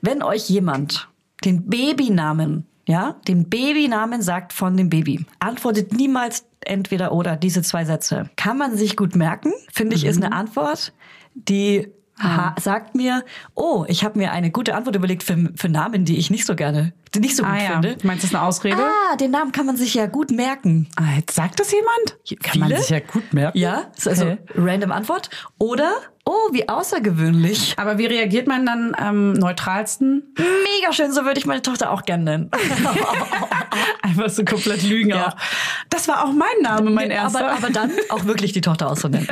Wenn euch jemand den Babynamen, ja, den Babynamen sagt von dem Baby, antwortet niemals entweder oder diese zwei Sätze. Kann man sich gut merken, finde ich, Mhm. ist eine Antwort, die Ah. ha sagt mir, oh, ich habe mir eine gute Antwort überlegt für, für Namen, die ich nicht so gerne, die nicht so gut Ah ja, finde. meinst du, das ist eine Ausrede? Ah, den Namen kann man sich ja gut merken. Ah, jetzt sagt das jemand? Kann man Viele? sich ja gut merken. Ja, ist also Okay. random Antwort. Oder, oh, wie außergewöhnlich. Aber wie reagiert man dann am neutralsten? Mega schön, so würde ich meine Tochter auch gerne nennen. Einfach so komplett lügen Ja. auch. Das war auch mein Name, mein erster. aber, aber dann auch wirklich die Tochter auszunennen.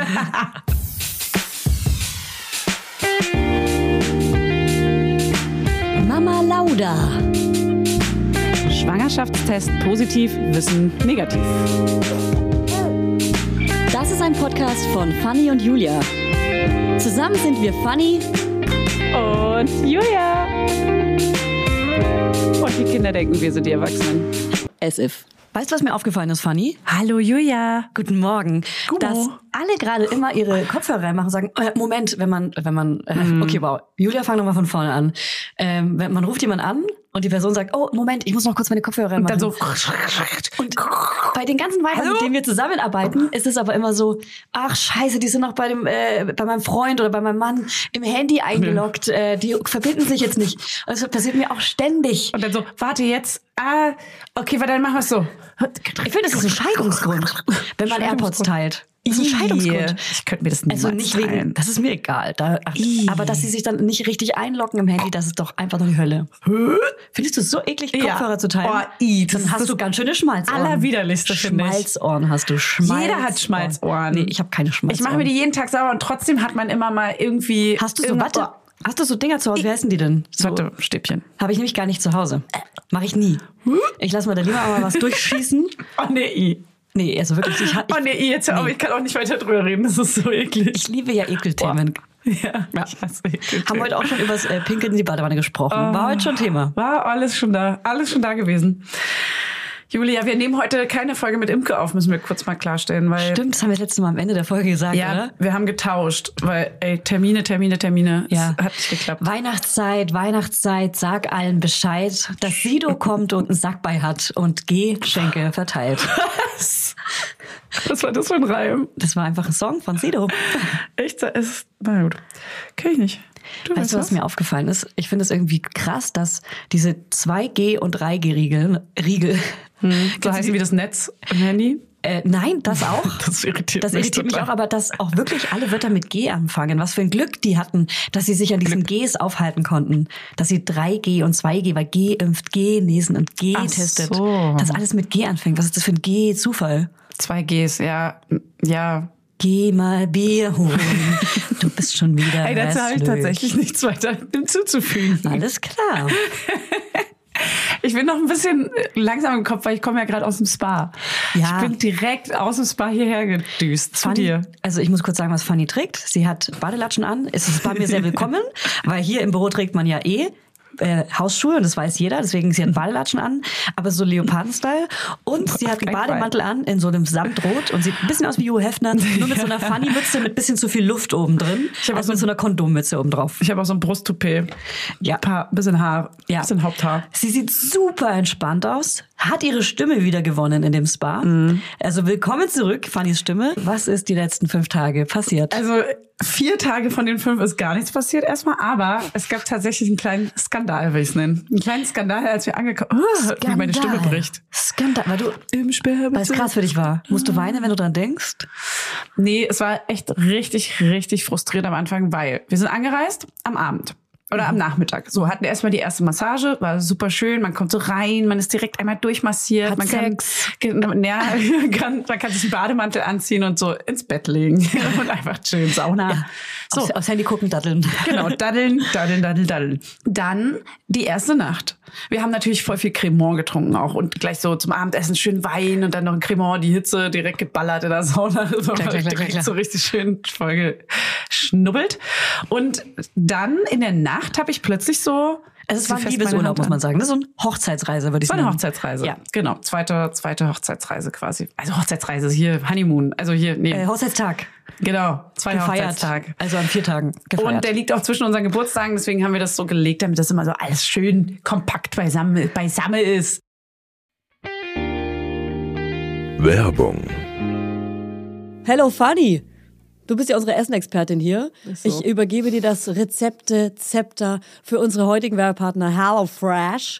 Mama Lauda. Schwangerschaftstest positiv, Wissen negativ. Das ist ein Podcast von Fanny und Julia. Zusammen sind wir Fanny Und Julia. Und die Kinder denken, wir sind die Erwachsenen. as if. Weißt du, was mir aufgefallen ist, Fanny? Hallo Julia. Guten Morgen. Guten Dass Morgen. alle gerade immer ihre Kopfhörer reinmachen und sagen, äh, Moment, wenn man, wenn man, äh, okay, wow, Julia, fang doch mal von vorne an. Ähm, wenn man ruft jemanden an und die Person sagt, oh, Moment, ich muss noch kurz meine Kopfhörer reinmachen. Dann so. Und bei den ganzen Weibern, Hallo? mit denen wir zusammenarbeiten, ist es aber immer so, ach scheiße, die sind noch bei, dem, äh, bei meinem Freund oder bei meinem Mann im Handy eingeloggt. Äh, die verbinden sich jetzt nicht. Und das passiert mir auch ständig. Und dann so, warte jetzt. Ah, okay, weil dann machen wir es so. Ich finde, das ist ein Scheidungsgrund, wenn man AirPods Scheidungsgrund. teilt. Das ist ein Scheidungsgrund. Ich könnte mir das niemals Also nicht wegen, teilen. das ist mir egal. Da, ach, Ih. aber dass sie sich dann nicht richtig einloggen im Handy, das ist doch einfach nur die Hölle. Findest du es so eklig, Ja. Kopfhörer zu teilen? Oh, ih, das dann ist hast das du ganz schöne Schmalzohren. Allerwiderlichste, finde ich. Schmalzohren hast du. Schmalzohren. Jeder hat Schmalzohren. Nee, ich habe keine Ich Schmalzohren. mache mir die jeden Tag sauber und trotzdem hat man immer mal irgendwie. Hast du so, irgendwas- warte, hast du so Dinger zu Hause? Wie heißen die denn? Oh, Warte, Stäbchen. Habe ich nämlich gar nicht zu Hause. Mache ich nie. Hm? Ich lasse mir da lieber mal was durchschießen. Oh nee, i. Nee, also wirklich, ich, ha- Oh ich, nee, i, jetzt hör auf, ich kann auch nicht weiter drüber reden. Das ist so eklig. ich liebe ja Ekelthemen. Ja, ich hasse eklig. Haben heute auch schon übers äh, Pinkeln in die Badewanne gesprochen. War Oh. heute schon Thema. Ah, War alles schon da, alles schon da gewesen. Julia, wir nehmen heute keine Folge mit Imke auf, müssen wir kurz mal klarstellen, weil Stimmt, ne? das haben wir das letzte Mal am Ende der Folge gesagt, Äh, ja, oder? wir haben getauscht, weil ey, Termine, Termine, Termine, Ja. es hat nicht geklappt. Weihnachtszeit, Weihnachtszeit, sag allen Bescheid, dass Sido kommt und einen Sack bei hat und Geschenke verteilt. Was war das für ein Reim? Das war einfach ein Song von Sido. Echt, es ist, na gut, kenn ich nicht. Du Weißt du, was mir aufgefallen ist? Ich finde es irgendwie krass, dass diese 2G- und 3G-Riegel, Riegel, so heißen wie das Netz im Handy? äh, nein, das auch. Das irritiert Das mich irritiert mich total. auch, aber dass auch wirklich alle Wörter mit G anfangen. Was für ein Glück die hatten, dass sie sich an diesen Gs aufhalten konnten. Dass sie 3G und 2G, weil G impft, G lesen und G Ach testet. so. Dass alles mit G anfängt. Was ist das für ein G-Zufall? Zwei Gs, ja, ja. Geh mal Bier holen. Du bist schon wieder. Ey, dazu habe ich hässlich. tatsächlich nichts weiter hinzuzufügen. Alles klar. Ich bin noch ein bisschen langsam im Kopf, weil ich komme ja gerade aus dem Spa. Ja. Ich bin direkt aus dem Spa hierher gedüst zu Fanny, dir. Also ich muss kurz sagen, was Fanny trägt. Sie hat Badelatschen an. Es ist bei mir sehr willkommen, weil hier im Büro trägt man ja eh äh, Hausschuhe und das weiß jeder. Deswegen sie hat Badelatschen an, aber so Leoparden-Style. Und sie hat einen keinen Fall. Bademantel an in so einem Samtrot und sieht ein bisschen aus wie Hugh Hefner, nur mit so einer Fanny-Mütze mit bisschen zu viel Luft oben drin. hab also auch mit so einer Kondommütze oben drauf. Ich habe auch so ein Brusttoupet. Ja. Paar, bisschen Haar, Ja. bisschen Haupthaar. Sie sieht super entspannt aus, hat ihre Stimme wieder gewonnen in dem Spa. Mhm. Also willkommen zurück, Fannys Stimme. Was ist die letzten fünf Tage passiert? Also vier Tage von den fünf ist gar nichts passiert erstmal, aber es gab tatsächlich einen kleinen Skandal, will ich es nennen. Einen kleinen Skandal, als wir angekommen sind. Wie meine Stimme bricht. Skandal, weil du Im Weil es Sperrbezirk. krass für dich war. Musst du weinen, wenn du dran denkst? Nee, es war echt richtig, richtig frustrierend am Anfang, weil wir sind angereist am Abend oder Mhm. am Nachmittag. So hatten wir erstmal die erste Massage, war super schön. Man kommt so rein, man ist direkt einmal durchmassiert, Hat man Sex. kann, kann, ja, kann, man kann sich einen Bademantel anziehen und so ins Bett legen und einfach chillen, Sauna. So, Aufs, aufs Handy gucken, daddeln. Genau, daddeln, daddeln, daddeln, daddeln. Dann die erste Nacht. Wir haben natürlich voll viel Cremant getrunken auch und gleich so zum Abendessen schön Wein und dann noch ein Cremant, die Hitze direkt geballert in der Sauna. Das war klar, klar, direkt klar, klar. so richtig schön voll geschnubbelt. Und dann in der Nacht habe ich plötzlich so Also es Sie war ein fasst meine Liebesurlaub, Hand muss an. man sagen. Das ist so eine Hochzeitsreise, würde ich Es war sagen. eine Hochzeitsreise. Ja. Genau. Zweite, zweite Hochzeitsreise quasi. Also Hochzeitsreise hier, Honeymoon. Also hier, nee. Äh, Hochzeitstag. genau. Zweiter Gefeiert. Hochzeitstag. Also an vier Tagen gefeiert. Und der liegt auch zwischen unseren Geburtstagen, deswegen haben wir das so gelegt, damit das immer so alles schön kompakt beisammen, beisammen ist. Werbung. Hello Fanny, du bist ja unsere Essenexpertin hier. Ich übergebe dir das Rezepte-Zepter für unsere heutigen Werbepartner HelloFresh.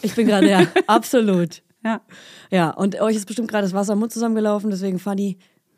Ich bin gerade, ja, absolut. Ja. Ja, und euch ist bestimmt gerade das Wasser im Mund zusammengelaufen, deswegen Fanny,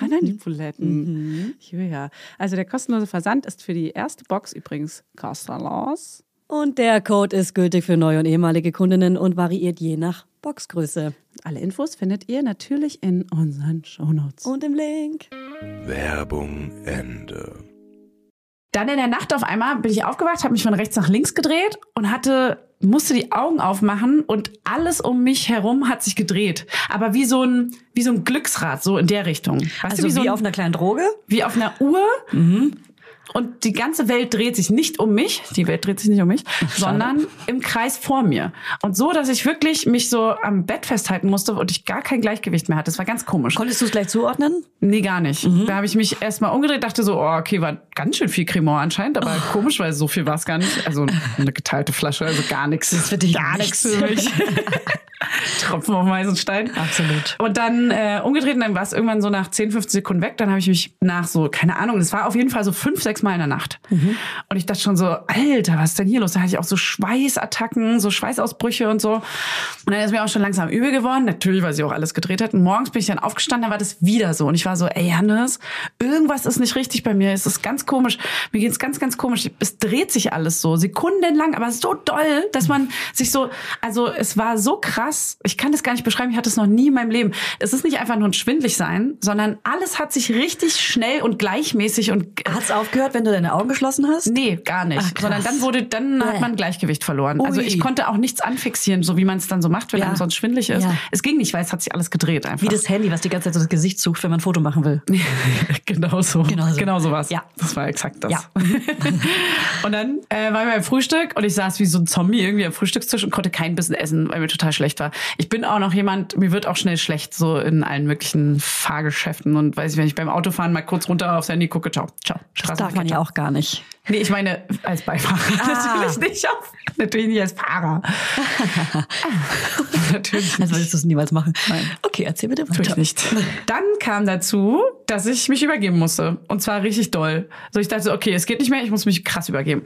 Ran an die Mhm. Buletten. Julia. Also der kostenlose Versand ist für die erste Box übrigens kostenlos. Und der Code ist gültig für neue und ehemalige Kundinnen und variiert je nach Boxgröße. Alle Infos findet ihr natürlich in unseren Shownotes. Und im Link. Werbung Ende. Dann in der Nacht auf einmal bin ich aufgewacht, habe mich von rechts nach links gedreht und hatte musste die Augen aufmachen und alles um mich herum hat sich gedreht. Aber wie so ein wie so ein Glücksrad so in der Richtung. Weißt also du, wie, so ein- auf Mhm. einer kleinen Droge. wie auf einer Uhr. Und die ganze Welt dreht sich nicht um mich, die Welt dreht sich nicht um mich, sondern im Kreis vor mir. Und so, dass ich wirklich mich so am Bett festhalten musste und ich gar kein Gleichgewicht mehr hatte. Das war ganz komisch. Konntest du es gleich zuordnen? Nee, gar nicht. Mhm. Da habe ich mich erstmal umgedreht, dachte so, oh, okay, war ganz schön viel Cremant anscheinend, aber Oh. komisch, weil so viel war es gar nicht. Also eine geteilte Flasche, also gar nichts. Das für dich gar nichts nichts. für mich. Tropfen auf dem heißen Stein. Absolut. Und dann äh, umgedreht und dann war es irgendwann so nach 10, 15 Sekunden weg. Dann habe ich mich nach so, keine Ahnung, es war auf jeden Fall so fünf, sechs Mal in der Nacht. Mhm. Und ich dachte schon so, Alter, was ist denn hier los? Da hatte ich auch so Schweißattacken, so Schweißausbrüche und so. Und dann ist mir auch schon langsam übel geworden. Natürlich, weil sie auch alles gedreht hat. Und morgens bin ich dann aufgestanden, da war das wieder so. Und ich war so, ey Hannes, irgendwas ist nicht richtig bei mir. Es ist ganz komisch. Mir geht's ganz, ganz komisch. Es dreht sich alles so, sekundenlang, aber so doll, dass man sich so, also es war so krass. Ich kann das gar nicht beschreiben. Ich hatte es noch nie in meinem Leben. Es ist nicht einfach nur ein schwindlig sein, sondern alles hat sich richtig schnell und gleichmäßig und Hat's aufgehört gehört, wenn du deine Augen geschlossen hast? Nee, gar nicht. Ah. Ach, krass. Sondern dann wurde, dann hat man Gleichgewicht verloren. Also Ui. ich konnte auch nichts anfixieren, so wie man es dann so macht, wenn Ja. einem sonst schwindelig ist. Ja. Es ging nicht, weil es hat sich alles gedreht einfach. Wie das Handy, was die ganze Zeit so das Gesicht sucht, wenn man ein Foto machen will. genau so. Genau so. Genau so war's. Ja. Das war exakt das. Ja. und dann äh, war ich beim Frühstück und ich saß wie so ein Zombie irgendwie am Frühstückstisch und konnte kein Bissen essen, weil mir total schlecht war. Ich bin auch noch jemand, mir wird auch schnell schlecht, so in allen möglichen Fahrgeschäften und weiß ich, wenn ich beim Autofahren mal kurz runter aufs Handy gucke, ciao, ciao. Das darf man ja auch Ah. gar nicht. Nee, ich meine als Beifahrer. Natürlich nicht. Auf, natürlich nicht als Fahrer. natürlich Also nicht. würdest du es niemals machen. Okay, erzähl bitte weiter. Natürlich nicht. Dann kam dazu, dass ich mich übergeben musste. Und zwar richtig doll. So ich dachte, so, okay, es geht nicht mehr, ich muss mich krass übergeben.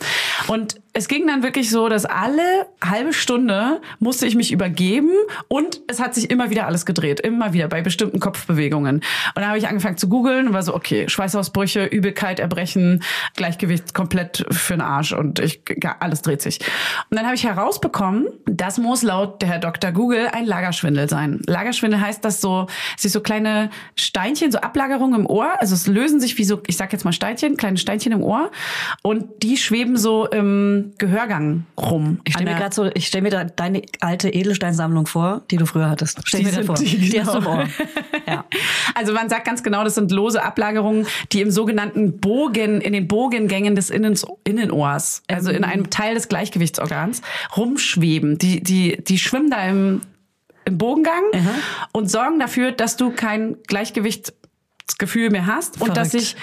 Und es ging dann wirklich so, dass alle halbe Stunde musste ich mich übergeben und es hat sich immer wieder alles gedreht. Immer wieder bei bestimmten Kopfbewegungen. Und dann habe ich angefangen zu googeln und war so, okay, Schweißausbrüche, Übelkeit, Erbrechen, Gleichgewicht komplett für den Arsch und ich, alles dreht sich. Und dann habe ich herausbekommen, das muss laut der Herr Dr. Google ein Lagerschwindel sein. Lagerschwindel heißt, dass so, sich so kleine Steinchen, so Ablagerungen im Ohr, also es lösen sich wie so, ich sag jetzt mal Steinchen, kleine Steinchen im Ohr und die schweben so im Gehörgang rum. Ich stelle mir An der- gerade so, ich stelle mir da deine alte Edelsteinsammlung vor, die du früher hattest. Stell Die mir das sind vor. die, die hast du im genau. Ohr. Ja. Also man sagt ganz genau, das sind lose Ablagerungen, die im sogenannten Bogen, in den Bogengängen des Innens, Innenohrs, also Mhm. in einem Teil des Gleichgewichtsorgans, rumschweben. Die, die, die schwimmen da im, im Bogengang und sorgen dafür, dass du kein Gleichgewichtsgefühl mehr hast und dass Verrückt. sich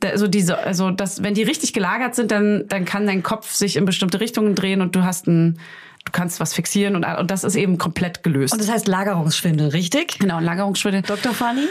da- also diese also dass wenn die richtig gelagert sind dann dann kann dein Kopf sich in bestimmte Richtungen drehen und du hast ein du kannst was fixieren und und das ist eben komplett gelöst Und das heißt Lagerungsschwindel, richtig? genau Lagerungsschwindel Dr. Fanny?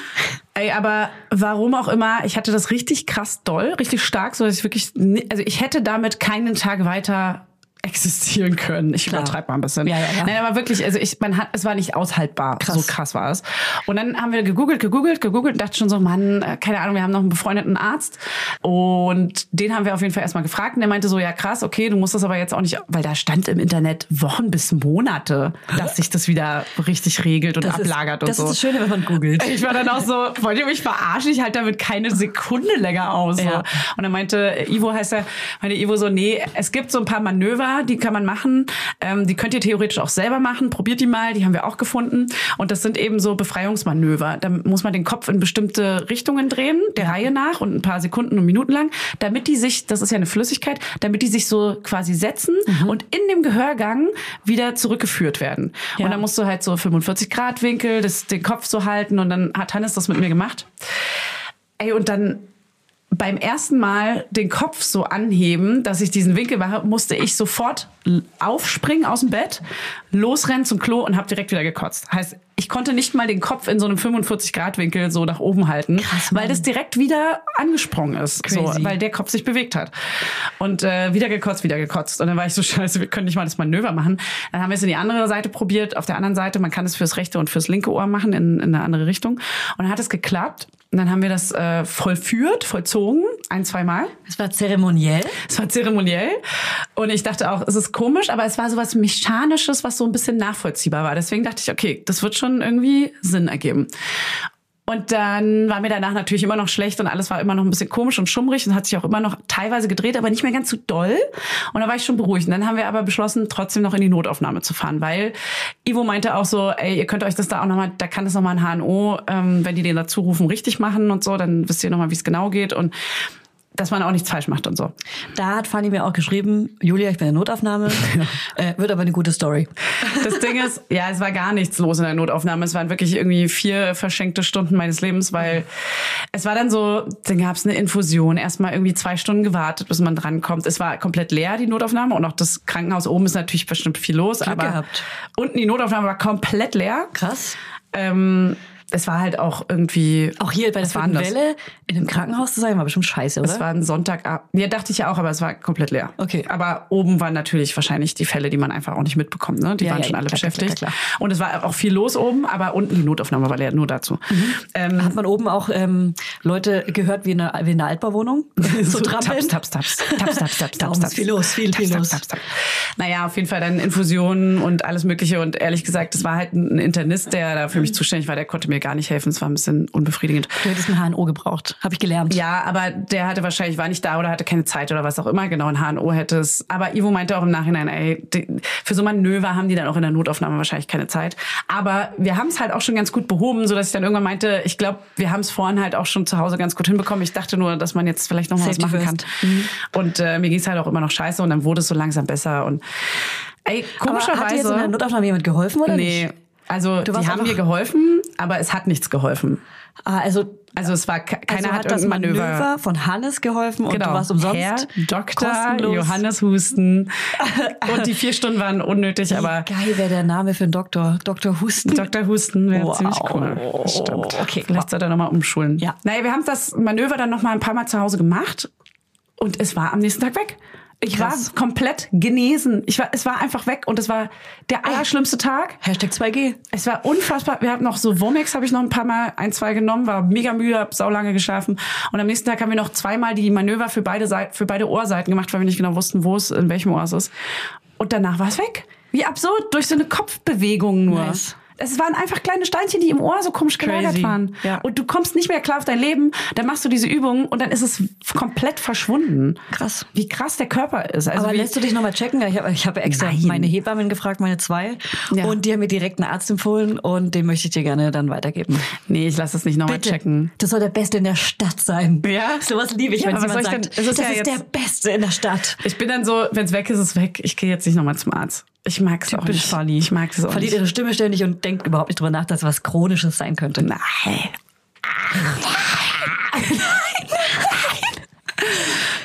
Ey, aber warum auch immer, ich hatte das richtig krass doll, richtig stark, so dass ich wirklich, ni- also ich hätte damit keinen Tag weiter existieren können. Ich Klar. übertreibe mal ein bisschen. Ja, ja, ja. Nein, aber wirklich, also ich, man hat, es war nicht aushaltbar. Krass. So krass war es. Und dann haben wir gegoogelt, gegoogelt, gegoogelt und dachte schon so, Mann, äh, keine Ahnung, wir haben noch einen befreundeten Arzt. Und den haben wir auf jeden Fall erstmal gefragt. Und der meinte so, ja krass, okay, du musst das aber jetzt auch nicht, weil da stand im Internet Wochen bis Monate, dass sich das wieder richtig regelt und ist, ablagert und das so. ist das Schöne, wenn man googelt. Ich war dann auch so, wollt ihr mich verarschen? Ich halte damit keine Sekunde länger aus. So. Ja. Und dann meinte äh, Ivo, heißt er, meinte Ivo so, nee, es gibt so ein paar Manöver, die kann man machen. Ähm, die könnt ihr theoretisch auch selber machen. Probiert die mal, die haben wir auch gefunden. Und das sind eben so Befreiungsmanöver. Da muss man den Kopf in bestimmte Richtungen drehen, der Reihe nach und ein paar Sekunden und Minuten lang, damit die sich, das ist ja eine Flüssigkeit, damit die sich so quasi setzen und in dem Gehörgang wieder zurückgeführt werden. Ja. Und dann musst du halt so 45 Grad Winkel, das, den Kopf so halten und dann hat Hannes das mit mir gemacht. Ey, und dann beim ersten Mal den Kopf so anheben, dass ich diesen Winkel mache, musste ich sofort l- aufspringen aus dem Bett, losrennen zum Klo und habe direkt wieder gekotzt. Heißt, ich konnte nicht mal den Kopf in so einem 45-Grad-Winkel so nach oben halten, weil das direkt wieder angesprungen ist, so, Crazy. weil der Kopf sich bewegt hat. Und äh, wieder gekotzt, wieder gekotzt. Und dann war ich so scheiße, wir können nicht mal das Manöver machen. Dann haben wir es in die andere Seite probiert. Auf der anderen Seite, man kann es fürs rechte und fürs linke Ohr machen, in, in eine andere Richtung. Und dann hat es geklappt. Und dann haben wir das äh, vollführt, vollzogen, ein, zweimal. Das war zeremoniell. Es war zeremoniell. Und ich dachte auch, es ist komisch, aber es war so was Mechanisches, was so ein bisschen nachvollziehbar war. Deswegen dachte ich, okay, das wird schon irgendwie Sinn ergeben. Und dann war mir danach natürlich immer noch schlecht und alles war immer noch ein bisschen komisch und schummrig und hat sich auch immer noch teilweise gedreht, aber nicht mehr ganz so doll. Und da war ich schon beruhigt. Und dann haben wir aber beschlossen, trotzdem noch in die Notaufnahme zu fahren, weil Ivo meinte auch so, ey, ihr könnt euch das da auch nochmal, da kann das nochmal ein HNO, ähm, wenn die den dazu rufen, richtig machen und so, dann wisst ihr nochmal, wie es genau geht und dass man auch nichts falsch macht und so. Da hat Fanny mir auch geschrieben, Julia, ich bin in der Notaufnahme. äh, wird aber eine gute Story. Das Ding ist, ja, es war gar nichts los in der Notaufnahme. Es waren wirklich irgendwie vier verschenkte Stunden meines Lebens, weil es war dann so, dann gab es eine Infusion, erstmal irgendwie zwei Stunden gewartet, bis man drankommt. Es war komplett leer, die Notaufnahme. Und auch das Krankenhaus oben ist natürlich bestimmt viel los. aber gehabt. unten die Notaufnahme war komplett leer. Krass. Ähm, es war halt auch irgendwie. Auch hier bei der Was war denn vierten das? Welle in einem Krankenhaus zu sein, war bestimmt scheiße, oder? Es war ein Sonntagabend. Ja, dachte ich ja auch, aber es war komplett leer. Okay. Aber oben waren natürlich wahrscheinlich die Fälle, die man einfach auch nicht mitbekommt. Ne? Die Ja, waren ja, schon alle klar, klar, beschäftigt. klar, Und es war auch viel los oben, aber unten die Notaufnahme war leer, nur dazu. Mhm. Ähm, hat man oben auch ähm, Leute gehört wie in einer, wie in einer Altbauwohnung? so trampeln? Taps, taps, taps. Taps, taps, taps, Da taps, muss taps. viel los, viel, viel los. Naja, auf jeden Fall Mhm. dann Infusionen und alles Mögliche. Und ehrlich gesagt, es war halt ein Internist, der da für mich zuständig war, der konnte mir gar nicht helfen. Es war ein bisschen unbefriedigend. Du hättest ein HNO gebraucht, habe ich gelernt. Ja, aber der hatte wahrscheinlich, war nicht da oder hatte keine Zeit oder was auch immer. Genau, ein HNO hätte es. Aber Ivo meinte auch im Nachhinein, ey, die, für so Manöver haben die dann auch in der Notaufnahme wahrscheinlich keine Zeit. Aber wir haben es halt auch schon ganz gut behoben, sodass ich dann irgendwann meinte, ich glaube, wir haben es vorhin halt auch schon zu Hause ganz gut hinbekommen. Ich dachte nur, dass man jetzt vielleicht noch mal was Safety machen kann. first. Mhm. Und äh, mir ging es halt auch immer noch scheiße und dann wurde es so langsam besser. Und ey, Aber hat dir jetzt komischerweise. in der Notaufnahme jemand geholfen oder nee, nicht? also die warst haben einfach- mir geholfen, aber es hat nichts geholfen. Ah, also Also es war ke- keiner also hat, das irgendein Manöver. Genau. von Hannes geholfen und du warst umsonst Herr Dr. kostenlos. Johannes Husten. Und die vier Stunden waren unnötig, aber Wie geil wäre der Name für einen Doktor. Dr. Husten. Dr. Husten wäre Wow. ziemlich cool. Das Stimmt. Okay. Vielleicht sollte er nochmal umschulen. Ja. Naja, wir haben das Manöver dann nochmal ein paar Mal zu Hause gemacht und es war am nächsten Tag weg. Ich Krass. war komplett genesen. Ich war, es war einfach weg und es war der allerschlimmste Tag. Hashtag 2G. Es war unfassbar. Wir haben noch so Womex habe ich noch ein paar Mal ein, zwei genommen, war mega müde, hab sau lange geschlafen. Und am nächsten Tag haben wir noch zweimal die Manöver für beide Seiten, für beide Ohrseiten gemacht, weil wir nicht genau wussten, wo es, in welchem Ohr es ist. Und danach war es weg. Wie absurd, durch so eine Kopfbewegung nur. Nice. Es waren einfach kleine Steinchen, die im Ohr so komisch gelagert Crazy. waren. Ja. Und du kommst nicht mehr klar auf dein Leben, dann machst du diese Übung und dann ist es komplett verschwunden. Krass. Wie krass der Körper ist. Also Aber wie, lässt du dich nochmal checken? Ich habe ich hab extra Nein. meine Hebammen gefragt, meine zwei. Ja. Und die haben mir direkt einen Arzt empfohlen und den möchte ich dir gerne dann weitergeben. nee, ich lass es nicht nochmal checken. Das soll der Beste in der Stadt sein. Ja? Sowas liebe ich, Ja, wenn aber was jemand soll ich sagt, denn- es das ist ist, ja jetzt- der Beste in der Stadt. Ich bin dann so, wenn's weg ist, ist es weg. Ich gehe jetzt nicht nochmal zum Arzt. Ich mag's auch Typisch nicht. Fali. Ich mag's auch Verliert nicht. ihre Stimme ständig und denkt überhaupt nicht drüber nach, dass was Chronisches sein könnte. Nein.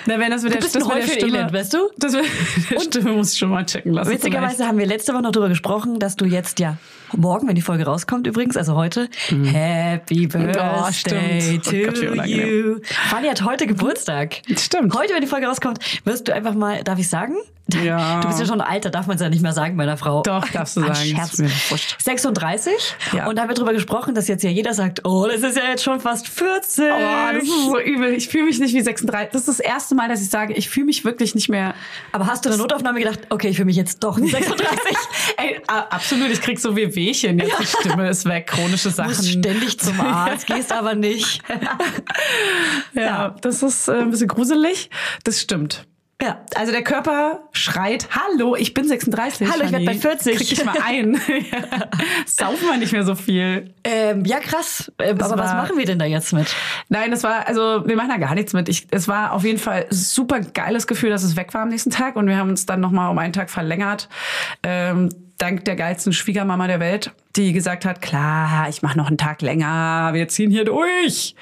Na, wenn das mit Du der, bist das ein mit der Häufchen Stimme, Elend, weißt du? Das mit der Stimme muss ich schon mal checken lassen. vielleicht. Witzigerweise haben wir letzte Woche noch darüber gesprochen, dass du jetzt ja morgen, wenn die Folge rauskommt übrigens, also heute, Happy Birthday stimmt. Mhm. Oh Gott, wie to unangenehm. you. Fanny hat heute Geburtstag. Stimmt. Heute, wenn die Folge rauskommt, wirst du einfach mal, darf ich sagen? Ja. Du bist ja schon alt, da darf man es ja nicht mehr sagen, meiner Frau. Doch, darfst du Ah, sagen. Scherz. Ist mir wurscht. 36. Ja. Und da haben wir darüber gesprochen, dass jetzt ja jeder sagt, oh, das ist ja jetzt schon fast 40. Oh, das ist so übel. Ich fühle mich nicht wie 36. Das ist das erste Mal, dass ich sage, ich fühle mich wirklich nicht mehr. Aber hast du in der Notaufnahme gedacht, okay, ich fühle mich jetzt doch 36? Ey, a- absolut, ich krieg so Wehwehchen. Jetzt die Stimme ist weg, chronische Sachen. Musst ständig zum Arzt, gehst aber nicht. Ja, das ist äh, ein bisschen gruselig. Das stimmt. Ja. Also der Körper schreit, hallo, ich bin 36. Hallo, ich werd Fanny. bald 40. Krieg ich mal ein. Saufen wir nicht mehr so viel. Ähm, ja, krass. Ähm, aber was war- machen wir denn da jetzt mit? Nein, das war, also wir machen da gar nichts mit. Ich, es war auf jeden Fall super geiles Gefühl, dass es weg war am nächsten Tag und wir haben uns dann nochmal um einen Tag verlängert. Ähm, dank der geilsten Schwiegermama der Welt, die gesagt hat, klar, ich mache noch einen Tag länger, wir ziehen hier durch.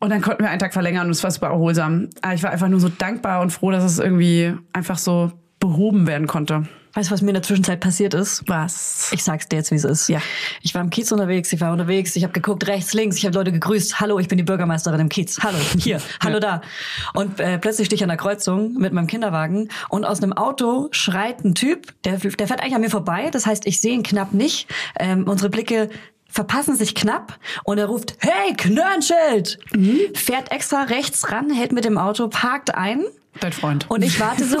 Und dann konnten wir einen Tag verlängern und es war super erholsam. Aber Ich war einfach nur so dankbar und froh, dass es irgendwie einfach so behoben werden konnte. Weißt du, was mir in der Zwischenzeit passiert ist? Was? Ich sag's dir jetzt, wie es ist. Ja. Ich war im Kiez unterwegs, ich war unterwegs, ich habe geguckt, rechts, links, ich habe Leute gegrüßt. Hallo, ich bin die Bürgermeisterin im Kiez. Hallo, ich bin hier, hallo da. Und äh, plötzlich stehe ich an der Kreuzung mit meinem Kinderwagen und aus einem Auto schreit ein Typ, der, der fährt eigentlich an mir vorbei, das heißt, ich sehe ihn knapp nicht. Ähm, unsere Blicke verpassen sich knapp und er ruft, hey, Knörnschild! Fährt extra rechts ran, hält mit dem Auto, parkt ein. Dein Freund. Und ich warte so,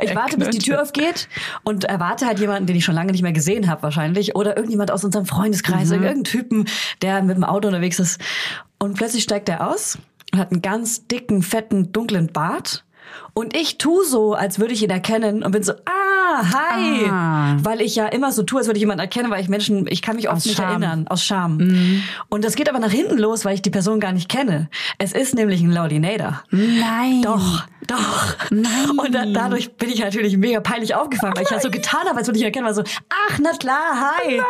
ich Er warte, bis die knurrt Tür aufgeht und erwarte halt jemanden, den ich schon lange nicht mehr gesehen habe wahrscheinlich oder irgendjemand aus unserem Freundeskreis, Mhm. irgendeinen Typen, der mit dem Auto unterwegs ist. Und plötzlich steigt er aus und hat einen ganz dicken, fetten, dunklen Bart. Und ich tu so, als würde ich ihn erkennen und bin so, ah, hi. Ah. Weil ich ja immer so tue, als würde ich jemanden erkennen, weil ich Menschen, ich kann mich oft Aus nicht Scham. Mhm. erinnern, aus Scham. Und das geht aber nach hinten los, weil ich die Person gar nicht kenne. Es ist nämlich ein Laudinator. Mhm. Nein. Doch, doch. Hm. Nein. Und da, dadurch bin ich natürlich mega peinlich aufgefallen, weil ich ja so getan habe, als würde ich erkennen, war so, ach, na klar, hi.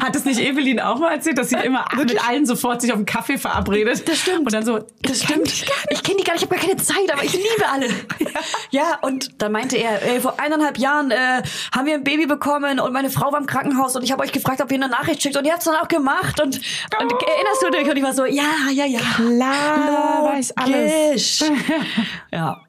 Hat es nicht Evelyn auch mal erzählt, dass sie immer mit allen sofort sich auf einen Kaffee verabredet? Äh, Das stimmt. Und dann so, Das stimmt. Ich kenne die gar nicht, ich habe gar keine Zeit, aber ich liebe alle. Ja, und dann meinte er, äh, vor eineinhalb Jahren äh, haben wir ein Baby bekommen und meine Frau war im Krankenhaus und ich habe euch gefragt, ob ihr eine Nachricht schickt und ihr habt es dann auch gemacht und, und Oh. erinnerst du dich? Und ich war so, ja, ja, ja. Klar, weiß Logisch. alles. Ja.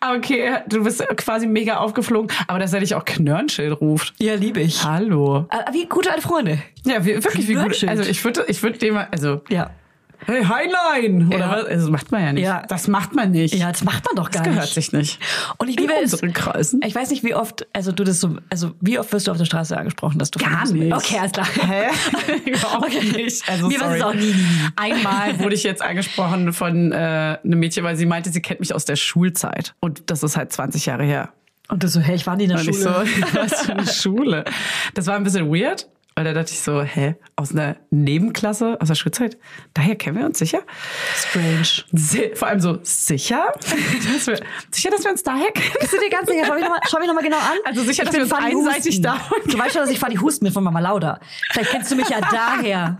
Ah, okay, du bist quasi mega aufgeflogen, aber dass er dich auch Knörnschild ruft. Ja, liebe ich. Äh, Hallo. Wie gute alte Freunde. Ja, wie, wirklich, wie gut. Knörnschild. Also ich würde, ich würde dem, also Ja. Hey, Heinlein! Oder Ja. was? Das macht man ja nicht. Ja. Das macht man nicht. Ja, das macht man doch gar das gehört nicht. sich nicht. Und ich In liebe es. unseren Kreisen. Ich weiß nicht, wie oft, also du das so, also wie oft wirst du auf der Straße angesprochen, dass du Gar Feminist bist? nicht. Okay, alles klar. Hä? Überhaupt Okay. nicht. Also, Mir war sorry. es auch nie, nie, nie. Einmal wurde ich jetzt angesprochen von äh, einem Mädchen, weil sie meinte, sie kennt mich aus der Schulzeit. Und das ist halt 20 Jahre her. Und du so, hey, ich war nie in der Und Schule. ich so, was für eine Schule. Das war ein bisschen weird. Weil da dachte ich so, hä, aus einer Nebenklasse, aus der Schulzeit? Daher kennen wir uns sicher? Strange. Si- Vor allem so, sicher? dass wir, sicher, dass wir uns daher kennen? Bist du dir ganz sicher? Schau mich nochmal noch mal genau an. Also sicher, Ich dass bin wir uns Fanny einseitig Husten. da- Du weißt schon, dass ich Fanny Husten bin von Mama Lauda. Vielleicht kennst du mich ja daher.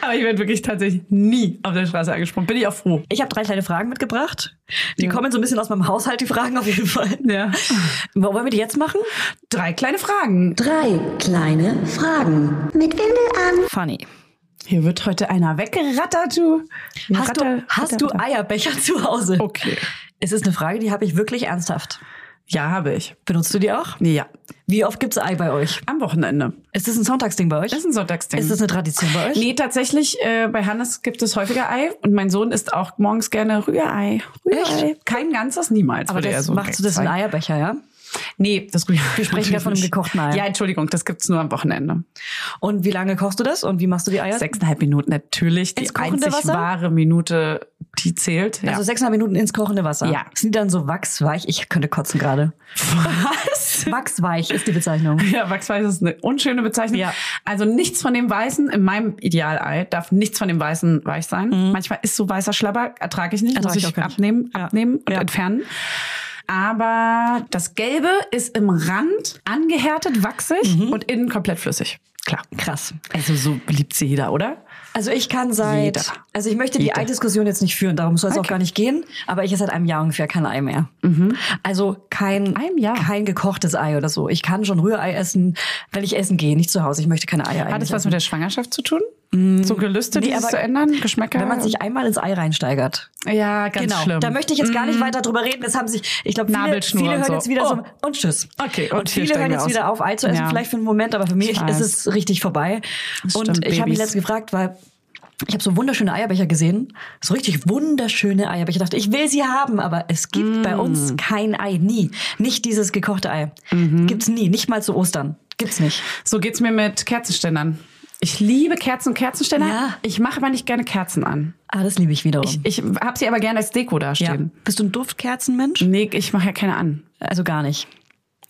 Aber ich werde wirklich tatsächlich nie auf der Straße angesprochen. Bin ich auch froh. Ich habe drei kleine Fragen mitgebracht. Die kommen so ein bisschen aus meinem Haushalt, die Fragen auf jeden Fall. Ja. Wollen wir die jetzt machen? Drei kleine Fragen. Drei kleine Fragen. Mit Windel an. Fanny. Hier wird heute einer weggerattert, du. Hast du, Ratter, hast ratter, du ratter. Eierbecher zu Hause? Okay. Es ist eine Frage, die habe ich wirklich ernsthaft. Ja, habe ich. Benutzt du die auch? Ja. Wie oft gibt's Ei bei euch? Am Wochenende. Ist das ein Sonntagsding bei euch? Das ist ein Sonntagsding. Ist das eine Tradition bei euch? Nee, tatsächlich, äh, bei Hannes gibt es häufiger Ei und mein Sohn isst auch morgens gerne Rührei. Rührei. Kein ganzes, niemals. Aber würde er das so machst du das in sagen. Eierbecher, ja? Nee, das Rührei. Wir sprechen ja von einem gekochten Ei. Ja, Entschuldigung, das gibt's nur am Wochenende. Und wie lange kochst du das und wie machst du die Eier? Sechseinhalb Minuten, natürlich. Die Ins kochende einzig Wasser? wahre Minute, die zählt. Ja. Also sechseinhalb Minuten ins kochende Wasser. Ja. Sind die dann so wachsweich? Ich könnte kotzen gerade. was? Wachsweich ist die Bezeichnung. Ja, Wachsweiß ist eine unschöne Bezeichnung. Ja. Also nichts von dem Weißen, in meinem Idealei darf nichts von dem Weißen weich sein. Manchmal ist so weißer Schlabber, ertrage ich nicht, Mhm. Ertrage muss ich ich, auch gar nicht. abnehmen, Ja. abnehmen und Ja. entfernen. Aber das Gelbe ist im Rand angehärtet, wachsig Mhm. und innen komplett flüssig. Klar. Krass. Also so liebt sie jeder, oder? Also ich kann seit, Jeder. also ich möchte die Jeder. Eidiskussion jetzt nicht führen, darum soll es auch Okay. gar nicht gehen. Aber ich esse seit einem Jahr ungefähr kein Ei mehr. Also kein, Einem Jahr? kein gekochtes Ei oder so. Ich kann schon Rührei essen, wenn ich essen gehe, nicht zu Hause. Ich möchte keine Eier Hat das eigentlich was essen. mit der Schwangerschaft zu tun? So Gelüste, Nee, die sich aber zu ändern, Geschmäcker? wenn man sich einmal ins Ei reinsteigert. ja, ganz genau. schlimm. Mhm. Da möchte ich jetzt gar nicht weiter drüber reden. Das haben sich, ich glaube, viele, Nabelschnur viele und hören so. jetzt wieder Oh. so und tschüss. Okay, und, und hier viele hören steigen wir jetzt aus. wieder auf, Ei zu essen, Ja. vielleicht für einen Moment, aber für mich Ich ist weiß. es richtig vorbei. Das und stimmt, ich habe mich Babys. letztens gefragt, weil ich habe so wunderschöne Eierbecher gesehen, so richtig wunderschöne Eierbecher. Ich dachte, ich will sie haben, aber es gibt Mm. bei uns kein Ei, nie. Nicht dieses gekochte Ei. Mhm. Gibt's nie, nicht mal zu Ostern. Gibt's nicht. So geht's mir mit Kerzenständern. Ich liebe Kerzen und Kerzenständer. Ja. Ich mache aber nicht gerne Kerzen an. Ah, das liebe ich wiederum. Ich, ich habe sie aber gerne als Deko ja. dastehen. Bist du ein Duftkerzenmensch? Nee, ich mache ja keine an. Also gar nicht.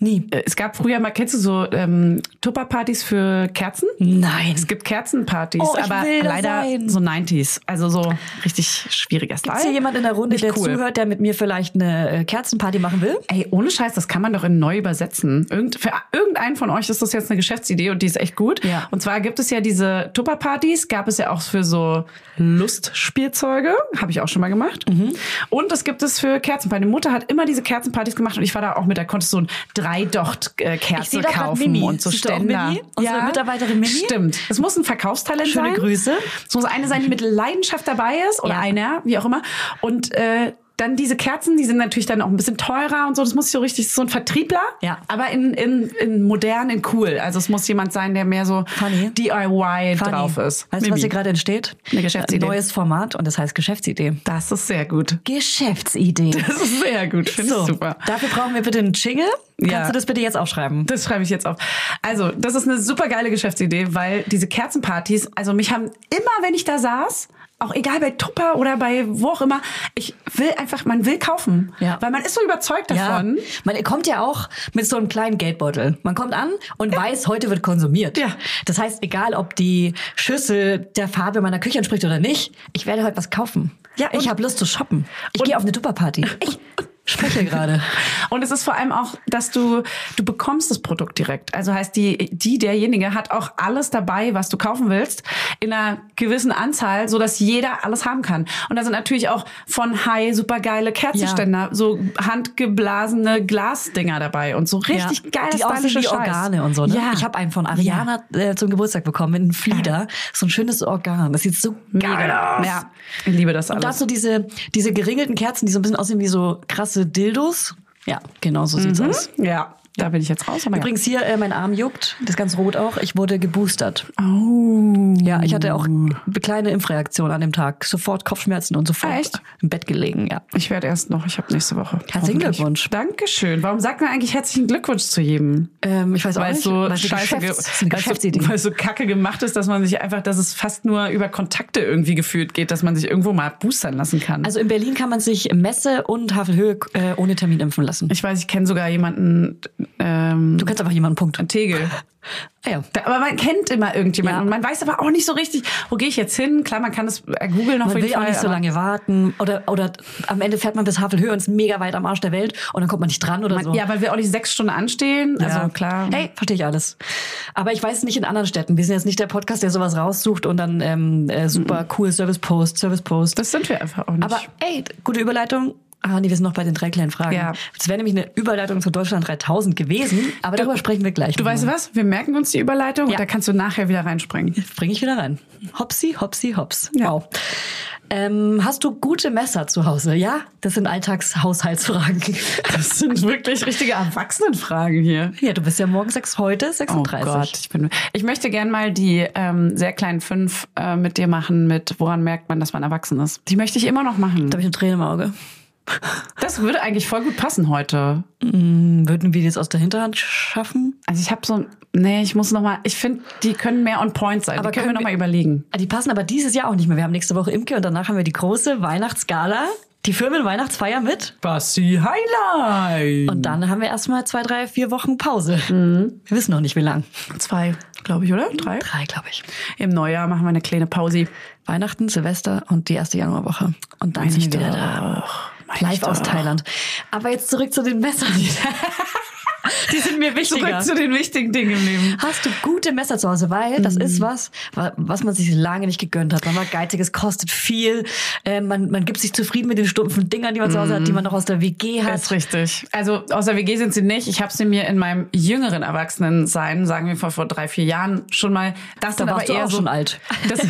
Nie. Äh, Es gab früher mal, kennst du so ähm, Tupperpartys für Kerzen? Nein. Es gibt Kerzenpartys, Oh, ich aber will da leider sein. so 90s. Also so richtig schwieriger Style. Ist hier jemand in der Runde, Nicht der cool. zuhört, der mit mir vielleicht eine äh, Kerzenparty machen will? Ey, ohne Scheiß, das kann man doch in neu übersetzen. Irgend, für irgendeinen von euch ist das jetzt eine Geschäftsidee und die ist echt gut. Ja. Und zwar gibt es ja diese Tupperpartys, gab es ja auch für so Lustspielzeuge, habe ich auch schon mal gemacht. Mhm. Und es gibt es für Kerzen. Meine Mutter hat immer diese Kerzenpartys gemacht und ich war da auch mit, da konntest du so ein Ich sehe Dreidocht-Kerze da grad kaufen Mimi. und so Siehst du auch Ständer. Mimi? Unsere Mitarbeiterin Mimi? Stimmt. Es muss ein Verkaufstalent Schöne sein. Grüße. Es muss eine sein, die mit Leidenschaft dabei ist oder Ja. einer, wie auch immer. Und äh, dann diese Kerzen, die sind natürlich dann auch ein bisschen teurer und so. Das muss so richtig so ein Vertriebler, Ja. aber in, in, in modern, in cool. Also es muss jemand sein, der mehr so Funny. DIY Fanny, drauf ist. Weißt du, was Mimi. hier gerade entsteht? Eine Geschäftsidee. Ein neues Format und das heißt Geschäftsidee. das ist sehr gut. Geschäftsidee. Das ist sehr gut. Finde ich super. Dafür brauchen wir bitte einen Jingle. Ja. Kannst du das bitte jetzt aufschreiben? Das schreibe ich jetzt auf. Also, das ist eine super geile Geschäftsidee, weil diese Kerzenpartys, also mich haben immer, wenn ich da saß, auch egal bei Tupper oder bei wo auch immer, ich will einfach, man will kaufen. Ja. Weil man ist so überzeugt Ja, davon. man kommt ja auch mit so einem kleinen Geldbeutel. Man kommt an und weiß, heute wird konsumiert. Ja. Das heißt, egal ob die Schüssel der Farbe meiner Küche entspricht oder nicht, ich werde heute was kaufen. Ja, ich und- habe Lust zu shoppen. Ich und- gehe auf eine Tupperparty. Ich spreche gerade. Und es ist vor allem auch, dass du, du bekommst das Produkt direkt. Also heißt, die, die, derjenige hat auch alles dabei, was du kaufen willst, in einer gewissen Anzahl, so dass jeder alles haben kann. Und da sind natürlich auch von High supergeile Kerzenständer, so handgeblasene Glasdinger dabei und so richtig Ja, geile Die aussehen stylische wie Scheiß. Organe und so. Ne? Ja. Ich habe einen von Ariana äh, zum Geburtstag bekommen, einen Flieder. So ein schönes Organ. Das sieht so geil Mega. aus. Ja, ich liebe das Und alles. dazu diese, diese geringelten Kerzen, die so ein bisschen aussehen wie so krasse Dildos. Ja, genau so sieht's aus. Mhm. ja. Da bin ich jetzt raus. Aber Übrigens hier, äh, mein Arm juckt, das ist ganz rot auch. Ich wurde geboostert. Ja. Oh. Ja, ich hatte auch eine kleine Impfreaktion an dem Tag. Sofort Kopfschmerzen und sofort Ah, echt? im Bett gelegen, ja. Ich werde erst noch. Ich habe nächste Woche. Herzlichen Hoffentlich. Glückwunsch. Dankeschön. Warum sagt man eigentlich herzlichen Glückwunsch zu jedem? Ähm, ich weiß auch Weil es nicht, so weil es eine scheiße, ge- Geschäfts- es ist eine weil es so, Geschäftsidee. weil es so kacke gemacht ist, dass man sich einfach, dass es fast nur über Kontakte irgendwie gefühlt geht, dass man sich irgendwo mal boostern lassen kann. Also in Berlin kann man sich Messe und Havelhöhe äh, ohne Termin impfen lassen. ich weiß, ich kenne sogar jemanden, ähm, Du kennst einfach jemanden, Punkt. Tegel. Ah, ja. Da, aber man kennt immer irgendjemanden Ja. und man weiß aber auch nicht so richtig, wo gehe ich jetzt hin? Klar, man kann das äh, googeln auf Man jeden will Fall. auch nicht so aber lange warten. Oder, oder am Ende fährt man bis Havelhöhe und ist mega weit am Arsch der Welt und dann kommt man nicht dran oder Man, so. Ja, weil wir auch nicht sechs Stunden anstehen. Also- Ja. Also klar. Hey, verstehe ich alles. Aber ich weiß nicht in anderen Städten. Wir sind jetzt nicht der Podcast, der sowas raussucht und dann ähm, äh, super cool Service Post, Service Post. Mhm. Das sind wir einfach auch nicht. Aber ey, gute Überleitung. Ah, nee, wir sind noch bei den drei kleinen Fragen. Ja. Das wäre nämlich eine Überleitung zu Deutschland 3000 gewesen, aber darüber sprechen wir gleich. du weißt was? Wir merken uns die Überleitung Ja. und da kannst du nachher wieder reinspringen. Bring ich wieder rein. Hopsi, hopsi, hops. Ja. Wow. Ähm, hast du gute Messer zu Hause? Ja, das sind Alltagshaushaltsfragen. Das sind wirklich richtige Erwachsenenfragen hier. ja, du bist ja morgen sechs, heute 36. Oh Gott, ich, bin, ich möchte gern mal die ähm, sehr kleinen fünf äh, mit dir machen, mit woran merkt man, dass man erwachsen ist. Die möchte ich immer noch machen. Da habe ich eine Träne im Auge. Das würde eigentlich voll gut passen heute. Hm, Würden wir das aus der Hinterhand schaffen? Also ich habe so, ein- nee, ich muss noch mal. Ich finde, die können mehr on Point sein. Aber Aber die können, können wir noch mal wir- überlegen. Ah, Die passen aber dieses Jahr auch nicht mehr. Wir haben nächste Woche Imke und danach haben wir die große Weihnachtsgala, die Firmenweihnachtsfeier mit. Basti Highlight. Mhm. Und dann haben wir erstmal zwei, drei, vier Wochen Pause. Wir wissen noch nicht, wie lang. Zwei, glaube ich, oder? Drei? Drei, glaube ich. Im Neujahr machen wir eine kleine Pause. Weihnachten, Silvester und die erste Januarwoche. Und dann sind wir wieder da. Live aus Thailand. Aber jetzt zurück zu den Messern. Die sind mir wichtiger. Zurück zu den wichtigen Dingen im Leben. Hast du gute Messer zu Hause? Weil das ist was, wa- was man sich lange nicht gegönnt hat. Man war geizig, es kostet viel. Äh, man, man gibt sich zufrieden mit den stumpfen Dingern, die man zu Hause hat, die man noch aus der WG hat. Ist richtig. Also aus der WG sind sie nicht. Ich habe sie mir in meinem jüngeren Erwachsenensein, sagen wir vor, vor drei, vier Jahren, schon mal. Das Da sind warst aber du eher auch so, schon alt. Das,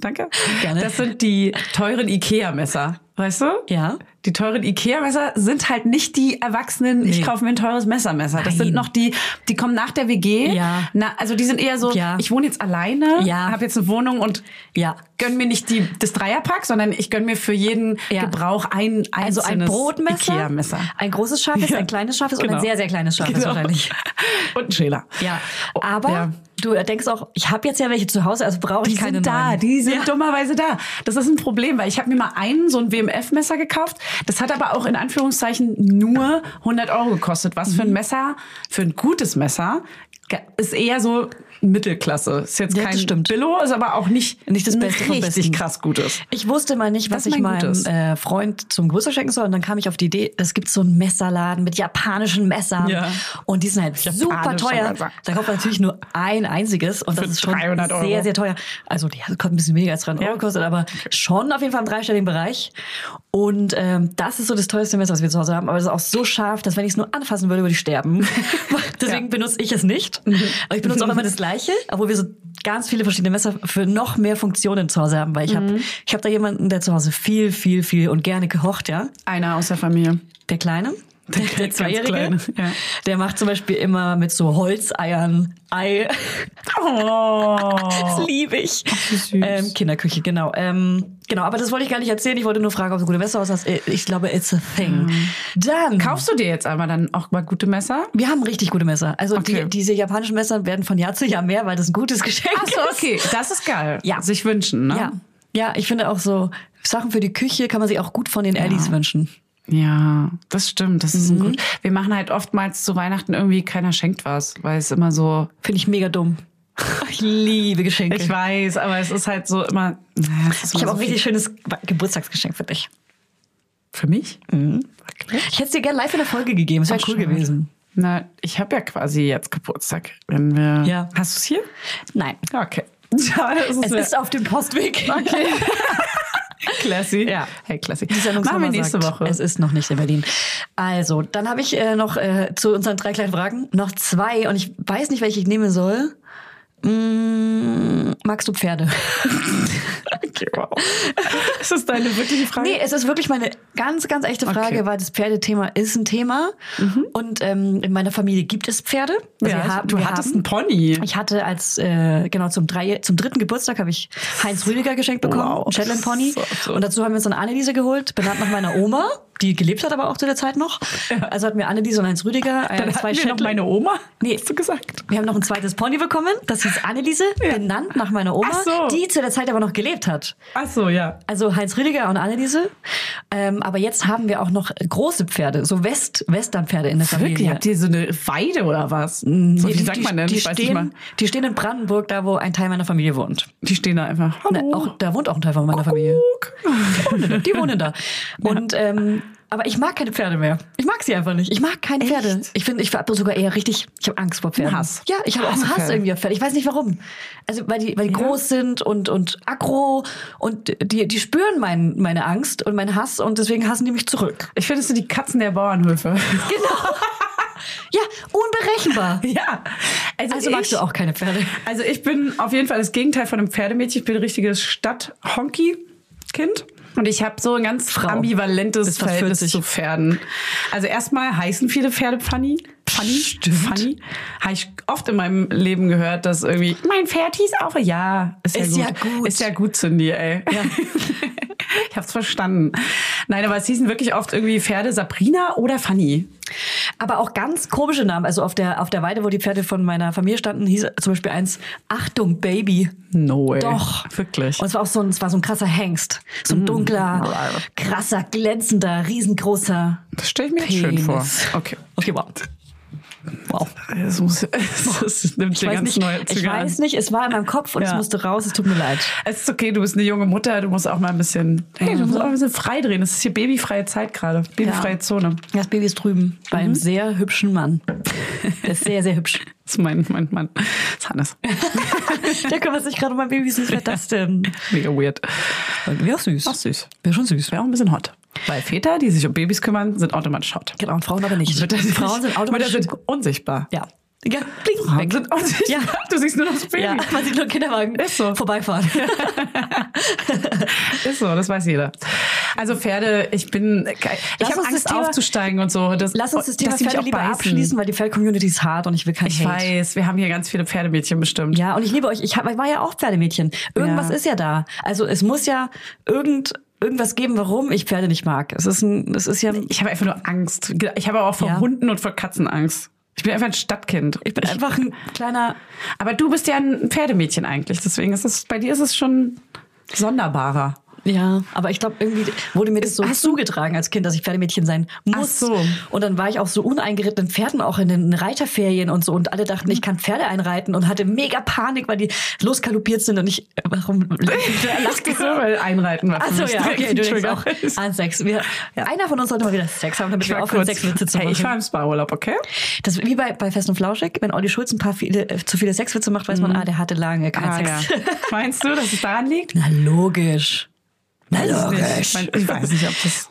danke. Gerne. Das sind die teuren Ikea-Messer, weißt du? Ja. Die teuren Ikea-Messer sind halt nicht die Erwachsenen, ich Nee. kaufe mir ein teures Messermesser. Das sind Nein. noch die, die kommen nach der WG. Ja. Na, also die sind eher so, Ja. ich wohne jetzt alleine, Ja. habe jetzt eine Wohnung und Ja. gönn mir nicht die, das Dreierpack, sondern ich gönn mir für jeden Ja. Gebrauch ein einzelnes Also ein Brotmesser, Ikea-Messer. ein großes Schafes, ein kleines Schafes und ein Genau. sehr, sehr kleines Schafes Genau. wahrscheinlich. Und ein Schäler. Ja, Oh, aber ja. du denkst auch, ich habe jetzt ja welche zu Hause, also brauche ich Die keine sind da, neuen. die sind dummerweise da. Das ist ein Problem, weil ich habe mir mal einen, so ein WMF-Messer gekauft. Das hat aber auch in Anführungszeichen nur 100 Euro gekostet. Was für ein Messer, für ein gutes Messer, ge- ist eher so Mittelklasse. Ist jetzt Ja, kein das stimmt. Billo, ist aber auch nicht, Nicht das ein Beste vom richtig Besten. krass gutes. Ich wusste mal nicht, was Das ist ich mein meinem Gutes. äh, Freund zum Geburtstag schenken soll. Und dann kam ich auf die Idee, es gibt so einen Messerladen mit japanischen Messern. Ja. Und die sind halt super teuer. Messer. Da kauft man natürlich nur ein einziges. Und das Für ist schon 300 Euro. sehr, sehr teuer. Also die hat ein bisschen weniger als 300 Euro gekostet, aber schon auf jeden Fall im dreistelligen Bereich. Und ähm, das ist so das teuerste Messer, was wir zu Hause haben. Aber es ist auch so scharf, dass wenn ich es nur anfassen würde, würde ich sterben. Deswegen benutze ich es nicht. Mhm. Aber ich benutze auch immer das gleiche, obwohl wir so ganz viele verschiedene Messer für noch mehr Funktionen zu Hause haben. Weil ich Mhm. habe ich hab da jemanden, der zu Hause viel, viel, viel und gerne gekocht, ja. Einer aus der Familie. Der Kleine. Der, der ganz Zweijährige, Kleine, ja. der macht zum Beispiel immer mit so Holzeiern Ei. Oh. Das liebe ich. süß. Ähm, Kinderküche, genau. Ähm, genau, aber das wollte ich gar nicht erzählen. Ich wollte nur fragen, ob du gute Messer hast. Äh, Ich glaube, it's a thing. Dann, Kaufst du dir jetzt aber dann auch mal gute Messer? wir haben richtig gute Messer. Also Okay. die, diese japanischen Messer werden von Jahr zu Jahr mehr, weil das ein gutes Geschenk Ach so, ist. okay. Das ist geil. Ja. Sich wünschen, ne? Ja. ja, ich finde auch so Sachen für die Küche kann man sich auch gut von den Allies wünschen. Ja, das stimmt. Das Mhm. ist ein gut. Wir machen halt oftmals zu Weihnachten irgendwie keiner schenkt was, weil es immer so. Finde ich mega dumm. Ich liebe Geschenke. Ich weiß, aber es ist halt so immer. Naja, es Ich ist immer habe auch ein so richtig schönes Geburtstagsgeschenk für dich. Für mich? Okay. Ich hätte es dir gerne live in der Folge gegeben. Es wäre Mhm. cool schade. gewesen. Na, ich habe ja quasi jetzt Geburtstag. Wenn wir. Ja. Hast du es hier? Nein. Okay. Ja, es ist, Es ist auf dem Postweg. okay. classy. Ja. Hey, classy. Die Sendungsnummer Machen wir nächste sagt, Woche. Es ist noch nicht in Berlin. Also, dann habe ich äh, noch äh, zu unseren drei kleinen Fragen noch zwei und ich weiß nicht, welche ich nehmen soll. Mm, magst du Pferde? Okay, wow. Ist das deine wirkliche Frage? Nee, es ist wirklich meine ganz, ganz echte Frage, Okay. Mhm. weil das Pferdethema ist ein Thema. Und ähm, in meiner Familie gibt es Pferde. Also wir haben- du wir hattest haben- einen Pony. Ich hatte als, äh, genau, zum, drei, zum dritten Geburtstag habe ich Heinz Rüdiger geschenkt bekommen, Wow. einen Shetland Pony. So absurd. und dazu haben wir uns eine Anneliese geholt, benannt nach meiner Oma, die gelebt hat aber auch zu der Zeit noch. Also hatten wir Anneliese und Heinz Rüdiger, äh, zwei Dann hatten wir noch Shetland. meine Oma. Nee. Hast du gesagt? Wir haben noch ein zweites Pony bekommen, das hieß Anneliese, benannt nach meiner Oma, Ach so. die zu der Zeit aber noch gelebt hat. Ach so, ja. Also Heinz Rüdiger und Anneliese. Ähm, aber jetzt haben wir auch noch große Phaerde, so West Westernpferde in der Also Wirklich? Familie. Habt ihr so eine Weide oder was? so, Nee, wie die- sagt die- man denn? Die ich weiß nicht mal. stehen, die stehen in Brandenburg, da wo ein Teil meiner Familie wohnt. Die stehen da einfach. Hallo. Ne, auch, da wohnt auch ein Teil von meiner Familie. Die wohnen da. Die wohnen da. Und ähm, aber ich mag keine Pferde mehr. Ich mag sie einfach nicht. Ich mag keine Pferde. Ich finde, ich habe sogar eher richtig, ich habe Angst vor Pferden. Hass. Ja, ich habe auch Hasse Hass Pferde. irgendwie auf Pferde. Ich weiß nicht warum. Also weil die, weil die groß sind und und aggro und die die spüren mein, meine Angst und meinen Hass und deswegen hassen die mich zurück. Ich finde, es sind die Katzen der Bauernhöfe. Ja, unberechenbar. ja. Also, Also magst ich- du auch keine Pferde? Also ich bin auf jeden Fall das Gegenteil von einem Pferdemädchen. Ich bin ein richtiges Stadt-Honky-Kind. Und ich habe so ein ganz Frau. ambivalentes Bis fast Verhältnis 40. zu Pferden. Also erstmal heißen viele Pferde Fanny. Fanny? Fanny? Habe ich oft in meinem Leben gehört, dass irgendwie, mein Pferd hieß auch. Ja, ist, Ist ja, ja gut. gut. Ist ja gut, Cindy, ey. ich hab's verstanden. Nein, aber es hießen wirklich oft irgendwie Pferde Sabrina oder Fanny. Aber auch ganz komische Namen. Also auf der, auf der Weide, wo die Pferde von meiner Familie standen, hieß zum Beispiel eins, Achtung, Baby. No way. Doch. Wirklich. Mhm. Und es war auch so ein, es war so ein krasser Hengst. So ein dunkler, krasser, glänzender, riesengroßer. Das stelle ich mir jetzt Penis. schön vor. Okay. Okay, wow. Wow. Es, muss, es nimmt Ich hier weiß, ganz nicht, neue ich Züge an. weiß nicht, es war in meinem Kopf und Ja. es musste raus, es tut mir leid. Es ist okay, du bist eine junge Mutter, du musst auch mal ein bisschen, hey, du musst auch ein bisschen frei drehen. Das ist hier babyfreie Zeit gerade, babyfreie Ja. Zone. Das Baby ist drüben bei Mhm. einem sehr hübschen Mann. Der ist sehr, sehr hübsch. Das ist mein, mein Mann. Das ist Hannes. Der kümmert sich gerade um mein Baby, wie süß wäre das denn? Mega weird. Wäre auch süß. Ach, süß. Wäre schon süß. Wäre auch ein bisschen hot. Weil Väter, die sich um Babys kümmern, sind automatisch hot. Genau, und Frauen aber nicht. Mütter, die Frauen sind sich- automatisch. Mütter sind unsichtbar. Ja. Ja, Frauen bling, weg. sind unsichtbar. Ja. Du siehst nur das Baby. Ja, man sieht nur Kinderwagen Ist so. vorbeifahren. Ist so, das weiß jeder. Also Pferde, ich bin, ich Lass habe uns das Angst Thema- aufzusteigen und so. Das, Lass uns das Thema dass die mich Pferde auch lieber beißen. abschließen, weil die Pferd-Community ist hart und ich will kein Ich Hate. weiß, wir haben hier ganz viele Pferdemädchen bestimmt. Ja, und ich liebe euch. Ich, hab, ich war ja auch Pferdemädchen. Irgendwas Ja. ist ja da. Also es muss ja irgend, irgendwas geben, warum ich Pferde nicht mag. Es ist, ein, es ist ja... Ich habe einfach nur Angst. Ich habe aber auch vor Ja. Hunden und vor Katzen Angst. Ich bin einfach ein Stadtkind. Ich bin einfach ein kleiner... aber du bist ja ein Pferdemädchen eigentlich, deswegen ist es bei dir ist es schon sonderbarer. Ja, aber ich glaube, irgendwie wurde mir das so Hast zugetragen als Kind, dass ich Pferdemädchen sein muss. Ach so. Und dann war ich auch so uneingeritten in Pferden, auch in den Reiterferien und so. Und alle dachten, Mhm. ich kann Pferde einreiten und hatte mega Panik, weil die losgaloppiert sind. Und ich, äh, warum lacht ihr so, so? weil einreiten war Achso, für mich ja, direkt okay, ein du denkst auch Trigger. an Sex. Wir, Einer von uns sollte mal wieder Sex haben, damit Ich wir war aufhören, kurz. Sexwitze zu machen. Hey, ich war im Spa-Urlaub, okay? Das ist wie bei, bei Fest und Flauschig, wenn Olli Schulz ein paar viele, äh, zu viele Sexwitze macht, weiß man, ah, der hatte lange keinen Sex. Mhm. Meinst du, dass es daran liegt? Na logisch. Na Ich, logisch. mein, ich weiß nicht, ob das.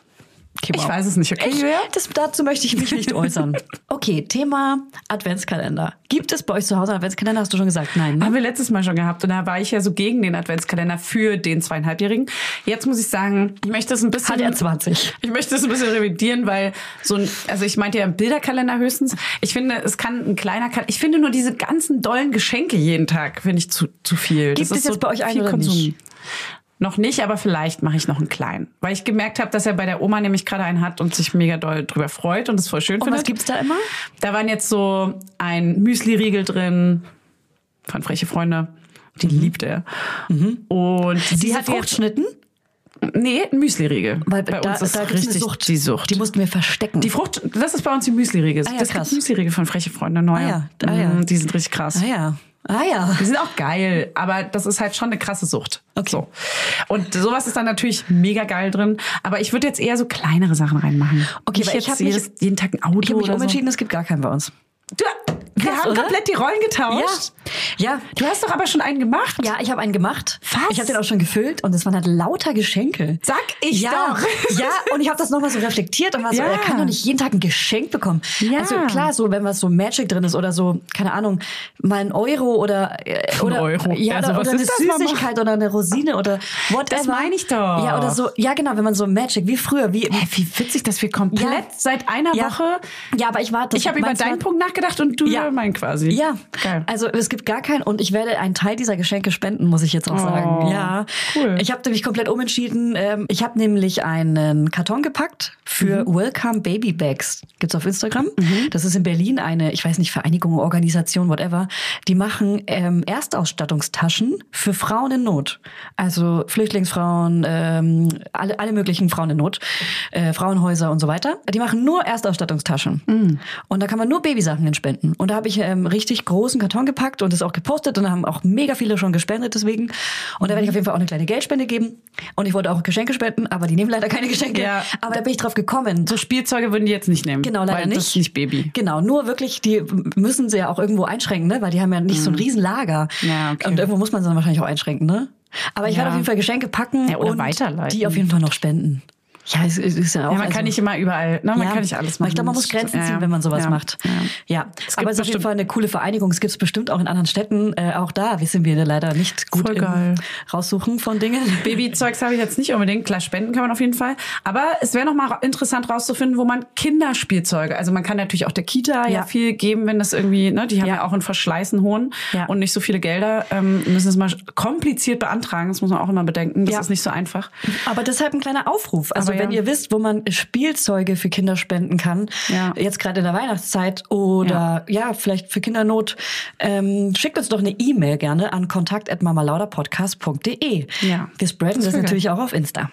Okay, Ich wow. weiß es nicht, okay? Ich, das, dazu möchte ich mich nicht äußern. Okay, Thema Adventskalender. Gibt es bei euch zu Hause einen Adventskalender? Hast du schon gesagt? Nein. Ne? Haben wir letztes Mal schon gehabt und da war ich ja so gegen den Adventskalender für den zweieinhalbjährigen. Jetzt muss ich sagen, ich möchte es ein bisschen. Hat er 20. Ich möchte es ein bisschen revidieren, weil so ein, also ich meinte ja einen Bilderkalender höchstens. Ich finde, es kann ein kleiner Kalender. Ich finde nur diese ganzen dollen Geschenke jeden Tag, finde ich zu, zu viel. Gibt es jetzt bei euch einen viel oder nicht? Noch nicht, aber vielleicht mache ich noch einen kleinen. Weil ich gemerkt habe, dass er bei der Oma nämlich gerade einen hat und sich mega doll drüber freut und es voll schön Und findet. was gibt's da immer? Da waren jetzt so ein Müsli-Riegel drin von Freche Freunde. Die liebt er. Und sie Mhm. Diese hat jetzt, Fruchtschnitten? nee, ein Müsli-Riegel. Weil Bei da, uns ist da gibt's richtig eine Sucht. die Sucht. Die mussten wir verstecken. Die Frucht, das ist bei uns die Müsli-Riegel. Ah ja, das krass. gibt Müsli-Riegel von Freche Freunde, neue. Ah ja, ah ja. Mhm, Die sind richtig krass. ah ja. Ah ja. Die sind auch geil, aber das ist halt schon eine krasse Sucht. Okay. So. Und sowas ist dann natürlich mega geil drin. Aber ich würde jetzt eher so kleinere Sachen reinmachen. Okay, Nicht weil ich jetzt hab mich- jedes, jeden Tag ein Auto Ich habe mich oder so. umentschieden, es gibt gar keinen bei uns. Du, Wir haben oder? komplett die Rollen getauscht. Ja. Du hast doch aber schon einen gemacht. Ja, ich habe einen gemacht. Was? Ich habe den auch schon gefüllt und es waren halt lauter Geschenke. Sag ich ja, doch. Ja, und ich habe das nochmal so reflektiert und war so, Ja. er kann doch nicht jeden Tag ein Geschenk bekommen. Ja. Also klar, so wenn was so Magic drin ist oder so, keine Ahnung, mal ein Euro oder, äh, oder Euro. Ja, Also, oder, was oder eine ist das, Mama? Süßigkeit oder eine Rosine oder whatever. Das meine ich doch. Ja, oder so, ja genau, wenn man so Magic, wie früher, wie... Hä, wie witzig, dass wir komplett Ja. seit einer Ja. Woche. Ja, aber ich war... das- Ich habe über meins war- deinen Punkt nachgedacht und du Ja. über meinen quasi. Ja, Geil. also es gibt gar keinen und ich werde einen Teil dieser Geschenke spenden, muss ich jetzt auch sagen. ja, Oh, cool. Ich habe nämlich komplett umentschieden. Ähm, Ich habe nämlich einen Karton gepackt für Mhm. Welcome Baby Bags. Gibt's auf Instagram. Das ist in Berlin eine, ich weiß nicht, Vereinigung, Organisation, whatever. Die machen ähm, Erstausstattungstaschen für Frauen in Not. Also Flüchtlingsfrauen, ähm, alle, alle möglichen Frauen in Not, äh, Frauenhäuser und so weiter. Die machen nur Erstausstattungstaschen. Und da kann man nur Babysachen hin spenden. Und da habe ich ähm, richtig großen Karton gepackt und das auch gepostet und da haben auch mega viele schon gespendet deswegen. Und da werde ich auf jeden Fall auch eine kleine Geldspende geben. Und ich wollte auch Geschenke spenden, aber die nehmen leider keine Geschenke. Ja. Aber da bin ich drauf gekommen. So Spielzeuge würden die jetzt nicht nehmen. Genau, leider weil nicht. Das ist nicht Baby. Genau, nur wirklich, die müssen sie ja auch irgendwo einschränken, ne? Weil die haben ja nicht so ein Riesenlager. Mhm. Ja, okay. Und irgendwo muss man sie dann wahrscheinlich auch einschränken, ne? Aber ich Ja. werde auf jeden Fall Geschenke packen Ja, oder und weiterleiten. die auf jeden Fall noch spenden. Ja, es es ist ja auch. Ja, man also- kann nicht immer überall, ne? man Ja. kann nicht alles machen. Ich glaube, man Das muss Grenzen stimmt. ziehen, Ja. wenn man sowas Ja. macht. Ja. Ja, Es gibt aber es ist auf jeden bestimmt- Fall eine coole Vereinigung. Es gibt es bestimmt auch in anderen Städten. Äh, auch da wissen wir leider nicht gut Voll im geil. Raussuchen von Dingen. Babyzeugs habe ich jetzt nicht unbedingt. Klar, spenden kann man auf jeden Fall. Aber es wäre nochmal interessant rauszufinden, wo man Kinderspielzeuge, also man kann natürlich auch der Kita ja, Ja. viel geben, wenn das irgendwie, ne, die haben ja, auch einen verschleißen hohen Ja. und nicht so viele Gelder, ähm, müssen es mal kompliziert beantragen. Das muss man auch immer bedenken. Das Ja. ist nicht so einfach. Aber deshalb ein kleiner Aufruf. Also Aber ja. wenn ihr wisst, wo man Spielzeuge für Kinder spenden kann, Ja. jetzt gerade in der Weihnachtszeit oder ja, vielleicht für Kindernot, ähm, schickt uns doch eine E-Mail gerne an kontakt@mamalauderpodcast.de. Ja. Wir spreaden das, Das wär geil. natürlich auch auf Insta.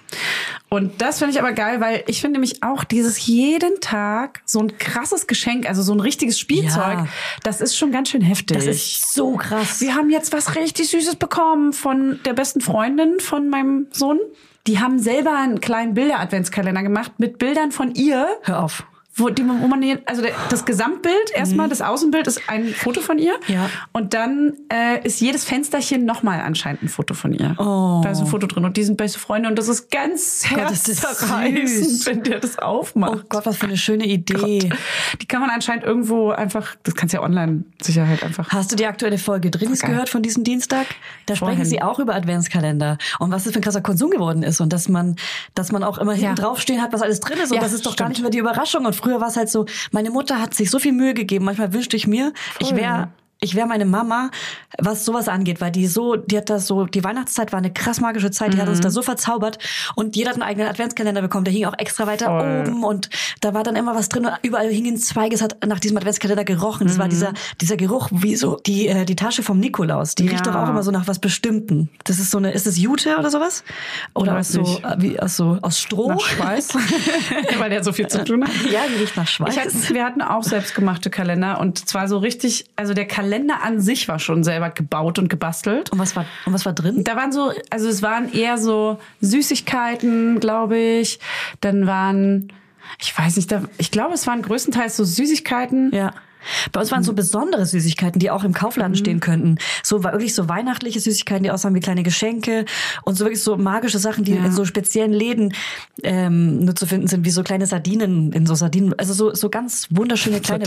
Und das finde ich aber geil, weil ich finde nämlich auch dieses jeden Tag so ein krasses Geschenk, also so ein richtiges Spielzeug, Ja. das ist schon ganz schön heftig. Das ist so krass. Wir haben jetzt was richtig Süßes bekommen von der besten Freundin von meinem Sohn. Die haben selber einen kleinen Bilder-Adventskalender gemacht mit Bildern von ihr. Hör auf. Mhm. Wo, die, wo man, hier- also der, das Gesamtbild, erstmal das Außenbild ist ein Foto von ihr. Ja. Und dann äh, ist jedes Fensterchen nochmal anscheinend ein Foto von ihr. Oh. Da ist ein Foto drin. Und die sind beste Freunde. Und das ist ganz Gott, das ist herzzerreißend, süß. wenn der das aufmacht. Oh Gott, was für eine schöne Idee. Die kann man anscheinend irgendwo einfach, das kannst du ja online Sicherheit einfach. Hast du die aktuelle Folge Drinks Geil. gehört von diesem Dienstag? Da Vorhin. sprechen sie auch über Adventskalender und was das für ein krasser Konsum geworden ist und dass man, dass man auch immer Ja. hinten draufstehen hat, was alles drin ist und Ja, das ist doch gar stimmt. nicht mehr die Überraschung. Und früher war es halt so, meine Mutter hat sich so viel Mühe gegeben. Manchmal wünschte ich mir, ich wäre ich wäre meine Mama, was sowas angeht, weil die so, die hat das so, die Weihnachtszeit war eine krass magische Zeit, die hat Mhm. uns da so verzaubert und jeder hat einen eigenen Adventskalender bekommen, der hing auch extra weiter Voll. oben und da war dann immer was drin und überall hing ein Zweig, es hat nach diesem Adventskalender gerochen, Mhm. das war dieser, dieser Geruch, wie so die, äh, die Tasche vom Nikolaus, die riecht Ja. doch auch immer so nach was Bestimmten. Das ist so eine, ist es Jute oder sowas? Oder aus Weiß so, nicht. äh, wie, aus so, aus Stroh? Nach Schweiß, weil der so viel zu tun hat. ja, die riecht nach Schweiß. Ich hatte, wir hatten auch selbstgemachte Kalender und zwar so richtig, also der Kalender an sich war schon selber gebaut und gebastelt. und was war, und was war drin? Da waren so, also es waren eher so Süßigkeiten, glaube ich. Dann waren, ich weiß nicht, da, ich glaube, es waren größtenteils so Süßigkeiten. Ja. Bei uns waren so besondere Süßigkeiten, die auch im Kaufladen stehen könnten. So war wirklich so weihnachtliche Süßigkeiten, die aussahen wie kleine Geschenke und so wirklich so magische Sachen, die in so speziellen Läden ähm, nur zu finden sind, wie so kleine Sardinen in so Sardinen. Also so, so ganz wunderschöne kleine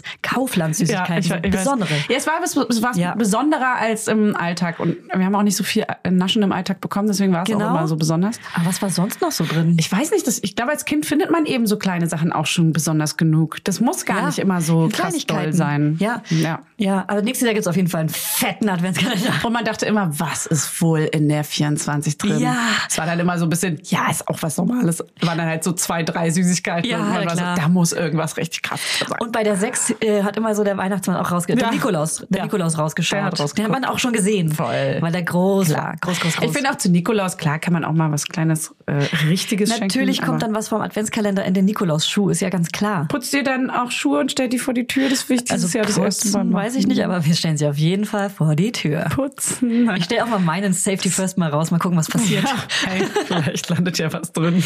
Ja, Weihnachts-Kaufland-Süßigkeiten. ich, so ich besondere. Weiß. Ja, es war was, es war Ja. besonderer als im Alltag. Und wir haben auch nicht so viel äh, Naschen im Alltag bekommen, deswegen war es auch Genau. immer so besonders. Aber was war sonst noch so drin? Ich weiß nicht, das, ich glaube, als Kind findet man eben so kleine Sachen auch schon besonders genug. Das muss gar Ja, nicht immer so krass Kleinigkeiten. doll sein. Ja. ja. Ja, aber nächstes Jahr gibt's auf jeden Fall einen fetten Adventskalender. Und man dachte immer, was ist wohl in der 24 drin? Ja. Es war dann immer so ein bisschen, ja, ist auch was Normales. Waren dann halt so zwei, drei Süßigkeiten. Ja, und man war klar. so, da muss irgendwas richtig krass drin sein. Und bei der 6 äh, hat immer so der Weihnachtsmann auch rausgeschaut. Ja. Der Nikolaus, der Ja. Nikolaus Der hat rausgeschaut. Den hat rausgeguckt. man auch schon gesehen. Voll. Weil der groß Klar. war. Groß, groß, groß. Ich finde auch zu Nikolaus, klar, kann man auch mal was Kleines, äh, Richtiges schenken. Natürlich kommt aber- dann was vom Adventskalender in den Nikolausschuh, ist ja ganz klar. Putzt ihr dann auch Schuhe und stellt die vor die Tür? Das will ich dieses Also Jahr das erste Mal putzen machen. weiß ich nicht, aber wir stellen sie auf jeden Fall vor die Tür. Putzen. Ich stelle auch mal meinen Safety First mal raus, mal gucken, was passiert. Ja, hey, vielleicht landet ja was drin.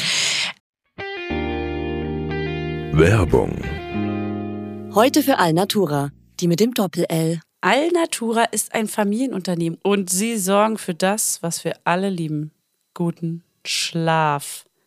Werbung. Heute für Alnatura, die mit dem Doppel-L. Allnatura ist ein Familienunternehmen und sie sorgen für das, was wir alle lieben. Guten Schlaf.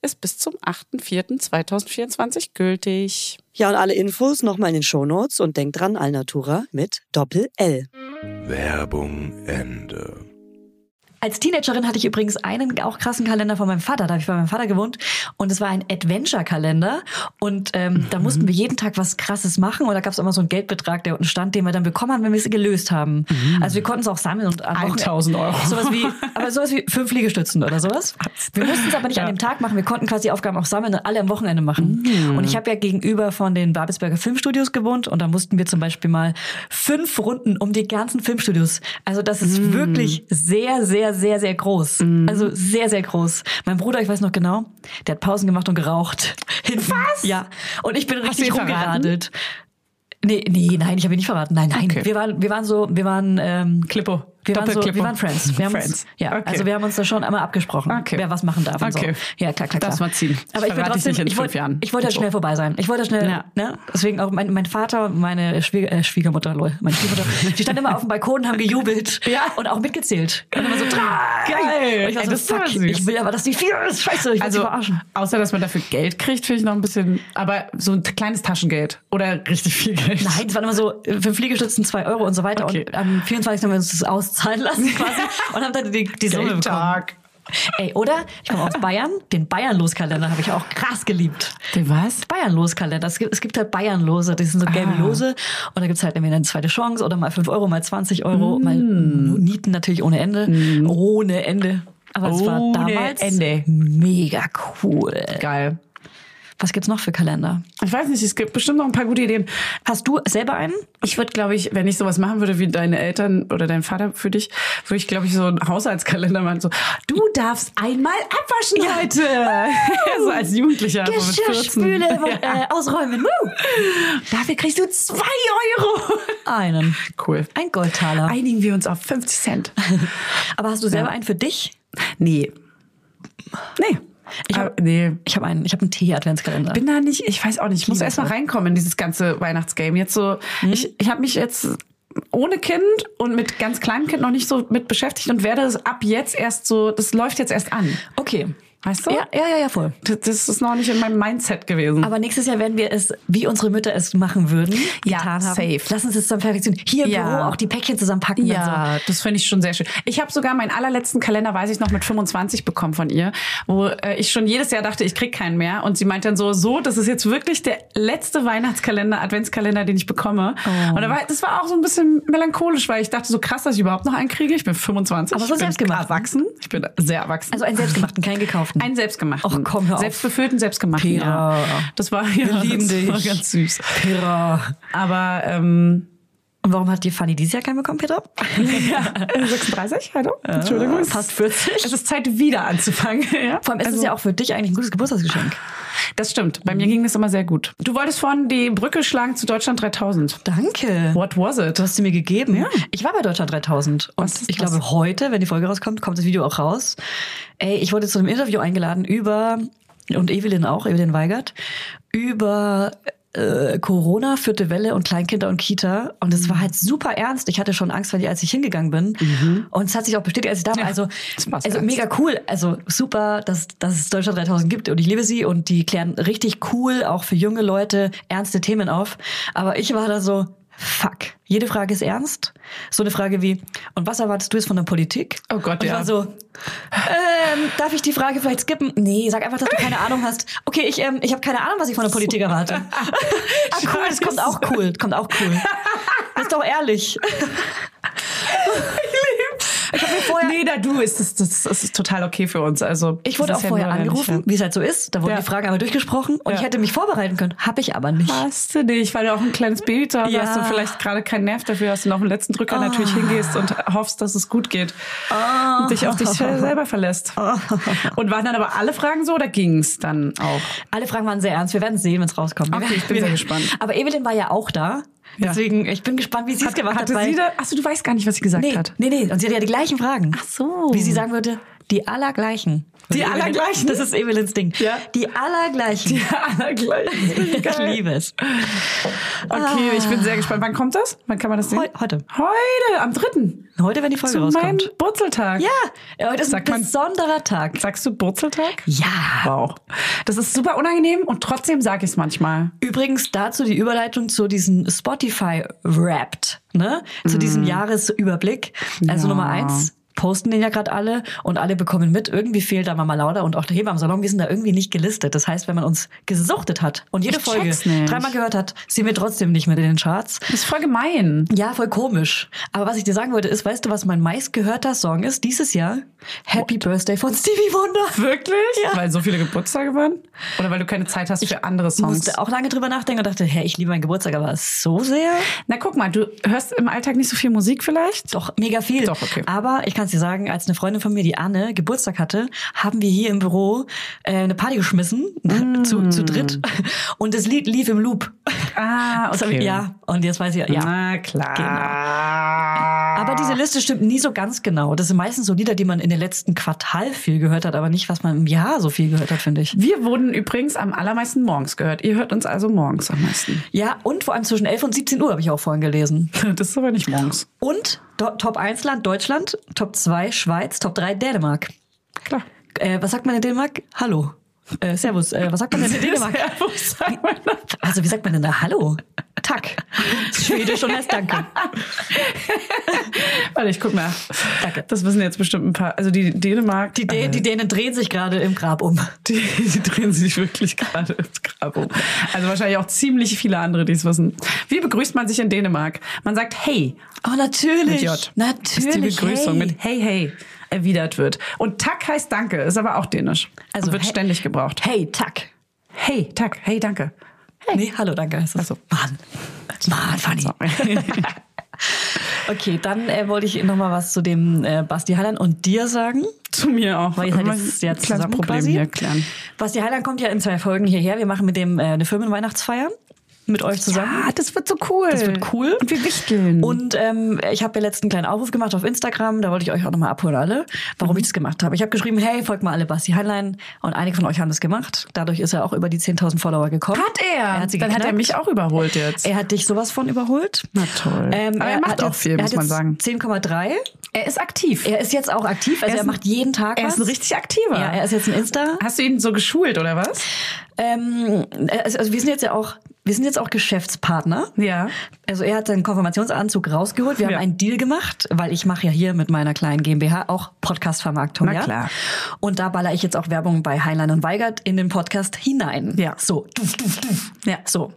ist bis zum 8.4.2024 gültig. Ja, und alle Infos nochmal in den Shownotes und denkt dran, Alnatura mit Doppel-L. Werbung, Ende. Als Teenagerin hatte ich übrigens einen auch krassen Kalender von meinem Vater. Da habe ich bei meinem Vater gewohnt. Und es war ein Adventure-Kalender. Und ähm, da mussten wir jeden Tag was Krasses machen. Und da gab es immer so einen Geldbetrag, der unten stand, den wir dann bekommen haben, wenn wir es gelöst haben. Also wir konnten es auch sammeln. und am Wochenende- 1000 Euro. Sowas wie, aber sowas wie fünf Liegestützen oder sowas. Wir mussten es aber nicht an dem Tag machen. Wir konnten quasi Aufgaben auch sammeln und alle am Wochenende machen. Und ich habe ja gegenüber von den Babelsberger Filmstudios gewohnt. Und da mussten wir zum Beispiel mal fünf Runden um die ganzen Filmstudios. Also das ist wirklich sehr, sehr, sehr, sehr groß. Also sehr, sehr groß. Mein Bruder, ich weiß noch genau, der hat Pausen gemacht und geraucht. Hinten. Was? Ja. Und ich bin richtig ihn verraten? rumgeradelt. Nee, nee, nein, ich habe ihn nicht verraten. Nein, nein. Okay. Wir waren, wir waren so, wir waren ähm, Klippo. Wir waren, so, Doppelklippo. wir waren Friends. Wir haben Uns, Friends. ja, Okay. also wir haben uns da schon einmal abgesprochen, Okay. wer was machen darf. Und Okay. So. Ja, klar, klar, klar. Darf's mal ziehen. Das Aber ich bin verrate ich trotzdem, nicht in ich fünf wollte, Jahren. ich wollte halt So. schnell vorbei sein. Ich wollte halt schnell, Ja. ne? Deswegen auch mein, mein Vater, und meine Schwie äh, Schwiegermutter, lol, meine Schwiegermutter, die standen immer auf dem Balkon und haben gejubelt Ja. und auch mitgezählt. Und immer so, drei. Geil. Und ich war Ey, so, das ist aber fuck, süß. ich will aber, dass die vier ist. Scheiße, ich will sie Also, verarschen. außer dass man dafür Geld kriegt, finde ich noch ein bisschen. Aber so ein kleines Taschengeld oder richtig viel Geld. Nein, es waren immer so äh, fünf Liegestützen, zwei Euro und so weiter. Okay. Und am 24. haben wir uns das auszahlen lassen quasi und haben dann die, die Summe bekommen. Geldtag. Ey, oder? Ich komme aus Bayern. Den Bayern-Loskalender habe ich auch krass geliebt. Den was? Bayern-Loskalender. Es gibt, es gibt halt Bayern-Lose. Das sind so gelbe Ah. Lose. Und da gibt es halt entweder eine zweite Chance oder mal 5 Euro, mal 20 Mm. Euro, mal Nieten natürlich ohne Ende. Ohne Ende. Aber es war Ohne damals Ende. mega cool. Geil. Was gibt's noch für Kalender? Ich weiß nicht, es gibt bestimmt noch ein paar gute Ideen. Hast du selber einen? Ich würde, glaube ich, wenn ich sowas machen würde wie deine Eltern oder dein Vater für dich, würde ich, glaube ich, so einen Haushaltskalender machen. So, du darfst einmal abwaschen heute. so als Jugendlicher. so Also mit 14. Geschirrspüle äh, ausräumen. Woo! Dafür kriegst du zwei Euro. Einen. Cool. Ein Goldtaler. Einigen wir uns auf 50 Cent. Aber hast du selber einen für dich? Nee. Nee. Ich Ich hab- nee. Ich habe einen. Ich habe einen Tee-Adventskalender. Bin da nicht, ich weiß auch nicht, ich muss erst mal reinkommen in dieses ganze Weihnachtsgame. Jetzt so, Hm? ich, ich habe mich jetzt ohne Kind und mit ganz kleinem Kind noch nicht so mit beschäftigt und werde es ab jetzt erst so, das läuft jetzt erst an. Okay. Weißt du? Ja, ja, ja, ja, voll. Das, das ist noch nicht in meinem Mindset gewesen. Aber nächstes Jahr werden wir es, wie unsere Mütter es machen würden, Ja, getan haben. safe. Lass uns es dann perfektionieren. Hier im Ja. Büro auch die Päckchen zusammenpacken. Und so. Ja, das finde ich schon sehr schön. Ich habe sogar meinen allerletzten Kalender, weiß ich noch, mit 25 bekommen von ihr, wo äh, ich schon jedes Jahr dachte, ich krieg keinen mehr. Und sie meinte dann so, so, das ist jetzt wirklich der letzte Weihnachtskalender, Adventskalender, den ich bekomme. Oh. Und da war, das war auch so ein bisschen melancholisch, weil ich dachte so krass, dass ich überhaupt noch einen kriege. Ich bin 25. Aber so ich bin selbstgemacht. Erwachsen. Ich bin sehr erwachsen. Also einen selbstgemachten, keinen gekauften. selbstgemachten. Einen selbstgemachten. Och, komm, hör auf. Selbstgefüllten, selbstgemachten. Pira. Ja. Das war, ja, lieben das war dich. ganz süß. Peter. Aber ähm, Und warum hat die Fanny dieses Jahr keinen bekommen, Peter? 36, hallo? Entschuldigung. Ah, Fast 40. Es ist Zeit, wieder anzufangen. Ja? Also, Vor allem ist es ja auch für dich eigentlich ein gutes Geburtstagsgeschenk. Das stimmt. Bei mir ging das immer sehr gut. Du wolltest vorhin die Brücke schlagen zu Deutschland 3000. Danke. What was it? Du hast sie mir gegeben. Ich war bei Deutschland 3000. Und Was ist ich das? glaube, heute, wenn die Folge rauskommt, kommt das Video auch raus. Ey, ich wurde zu einem Interview eingeladen über, und Evelyn auch, Evelyn Weigert, über äh, Corona, vierte Welle und Kleinkinder und Kita. Und es Mhm. war halt super ernst. Ich hatte schon Angst, weil ich, als ich hingegangen bin. Und es hat sich auch bestätigt, als ich da war. also, es Mhm. war also ernst. mega cool. Also super, dass, dass es Deutschland 3000 gibt und ich liebe sie. Und die klären richtig cool, auch für junge Leute, ernste Themen auf. Aber ich war da so, fuck. Jede Frage ist ernst. So eine Frage wie, und was erwartest du jetzt von der Politik? Oh Gott, und ich ja. war so, ähm, darf ich die Frage vielleicht skippen? Nee, sag einfach, dass du keine Ahnung hast. Okay, ich, ähm, ich habe keine Ahnung, was ich von der Politik erwarte. ah, cool, das kommt auch cool. Kommt auch cool. Das ist doch ehrlich. Ich Oh, hab mir vorher nee, da du ist das, das, das ist total okay für uns. Also Ich wurde auch das ist ja vorher nur ehrlich, angerufen, wie es halt so ist. Da wurden Ja. die Fragen aber durchgesprochen und Ja. ich hätte mich vorbereiten können, habe ich aber nicht. Ja. Hast du nicht, weil du auch ein kleines Baby zu Hause Ja. Ah. hast und vielleicht gerade keinen Nerv dafür hast und auf den letzten Drücker natürlich hingehst und hoffst, dass es gut geht. Und dich auf dich selber verlässt. Und waren dann aber alle Fragen so oder ging's dann auch? Alle Fragen waren sehr ernst. Wir werden sehen, wenn es rauskommt. Okay, ich bin sehr gespannt. Aber Evelyn war ja auch da. Ja. Deswegen, ich bin gespannt, wie sie es gemacht hat. Hatte weil- sie da, achso, du weißt gar nicht, was sie gesagt nee, hat. nee, nee. Und sie hat ja die gleichen Fragen. Ach so. Wie sie sagen würde, die allergleichen. Die Und Evelyn- allergleichen? Das ist Evelyns Ding. Ja. Die allergleichen. Ja, gleich. ich liebe es. Okay, ich bin sehr gespannt. Wann kommt das? Wann kann man das sehen? Ah. Heu- heute. Heute, am 3. Heute, wenn die Folge Zu meinem rauskommt. Burzeltag. Ja, ja, heute ist Sagt ein man- besonderer Tag. Sagst du Burzeltag? Ja. Wow. Das ist super unangenehm und trotzdem sage ich es manchmal. Übrigens dazu die Überleitung zu diesem Spotify Wrapped, ne? Mhm. Zu diesem Jahresüberblick. Also Nummer eins. Posten den ja gerade alle und alle bekommen mit. Irgendwie fehlt da Mama Lauda und auch der Hebamme Salon. Wir sind da irgendwie nicht gelistet. Das heißt, wenn man uns gesuchtet hat und jede Ich Folge check's nicht. dreimal gehört hat, sind wir trotzdem nicht mit in den Charts. Das ist voll gemein. Ja, voll komisch. Aber was ich dir sagen wollte, ist, weißt du, was mein meistgehörter Song ist dieses Jahr? Happy Birthday von Stevie Wonder. Wirklich? Ja. Weil so viele Geburtstage waren? Oder weil du keine Zeit hast für andere Songs? Musste auch lange drüber nachdenken und dachte, hä, ich liebe meinen Geburtstag aber so sehr. Na guck mal, du hörst im Alltag nicht so viel Musik vielleicht? Doch, mega viel. Doch, okay. Aber ich kann es dir sagen, als eine Freundin von mir, die Anne, Geburtstag hatte, haben wir hier im Büro äh, eine Party geschmissen, Mm. zu, zu dritt. Und das Lied lief im Loop. Ah, Das hab ich, ja, und jetzt weiß ich, ja. Genau. Na klar. Aber diese Liste stimmt nie so ganz genau. Das sind meistens so Lieder, die man in den letzten Quartal viel gehört hat, aber nicht, was man im Jahr so viel gehört hat, finde ich. Wir wurden übrigens am allermeisten morgens gehört. Ihr hört uns also morgens am meisten. Ja, und vor allem zwischen 11 und 17 Uhr habe ich auch vorhin gelesen. Das ist aber nicht morgens. Und Do Top 1 Land Deutschland, Top 2 Schweiz, Top 3 Dänemark. Klar. Äh, was sagt man in Dänemark? Hallo. Äh, servus. Äh, was sagt man denn in Dänemark? Servus, sag mal. Also wie sagt man denn da Hallo? Tack. Schwedisch und heißt Danke. Warte, ich guck mal. Danke. Das wissen jetzt bestimmt ein paar. Also die Dänemark. äh, Die, Dä die Dänen drehen sich gerade im Grab um. Die, die drehen sich wirklich gerade ins Grab um. Also wahrscheinlich auch ziemlich viele andere, die es wissen. Wie begrüßt man sich in Dänemark? Man sagt Hey. Oh, natürlich. Mit J. Natürlich. Ist die Begrüßung hey. mit Hey, hey erwidert wird. Und Tack heißt Danke, ist aber auch dänisch. Also wird hey- ständig gebraucht. Hey, Tack. Hey, Tack, hey, danke. Nee, hallo, danke. heißt das. Ach so. Mann. Mann, Fanny. Okay, dann äh, wollte ich noch mal was zu dem äh, Basti Heiland und dir sagen. Zu mir auch. Weil ihr seid Immer jetzt ja ein kleines zusammen Problem quasi. hier klären. Basti Heiland kommt ja in zwei Folgen hierher. Wir machen mit dem äh, eine Firmenweihnachtsfeier mit euch zusammen. Ah, das wird so cool. Das wird cool. Und wir wichteln. Und ähm, ich habe ja letzten kleinen Aufruf gemacht auf Instagram, da wollte ich euch auch nochmal abholen alle, warum Mhm. ich das gemacht habe. Ich habe geschrieben, hey, folgt mal alle Basti Heinlein und einige von euch haben das gemacht. Dadurch ist er auch über die 10.000 Follower gekommen. hat er. er hat sie Dann hat er geknackt. mich auch überholt jetzt. Er hat dich sowas von überholt. Na toll. Aber er macht hat auch jetzt, viel, er muss hat man jetzt sagen. 10,3. Er ist aktiv. Er ist jetzt auch aktiv, also Er er, ist ein- macht jeden Tag Er was. ist ein richtig aktiver. ja, er ist jetzt ein Insta. Hast du ihn so geschult oder was? Ähm, also also wir sind jetzt ja auch, wir sind jetzt auch Geschäftspartner. Ja. Also er hat seinen Konfirmationsanzug rausgeholt. Wir Ja. haben einen Deal gemacht, weil ich mache ja hier mit meiner kleinen GmbH auch Podcast-Vermarktung. Na ja? klar. Und da baller ich jetzt auch Werbung bei Heinlein und Weigert in den Podcast hinein. Ja. So. Duf, duf, duf. Ja. So.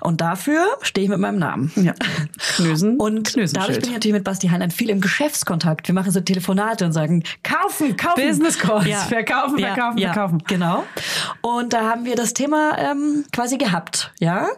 Und dafür stehe ich mit meinem Namen. Ja. Knösen. Und dadurch Knösenschild. bin ich natürlich mit Basti Heinlein viel im Geschäftskontakt. Wir machen so Telefonate und sagen, kaufen, kaufen. Business Calls. Verkaufen, verkaufen, ja, verkaufen. Genau. Und da haben wir das Thema ähm, quasi gehabt. Ja.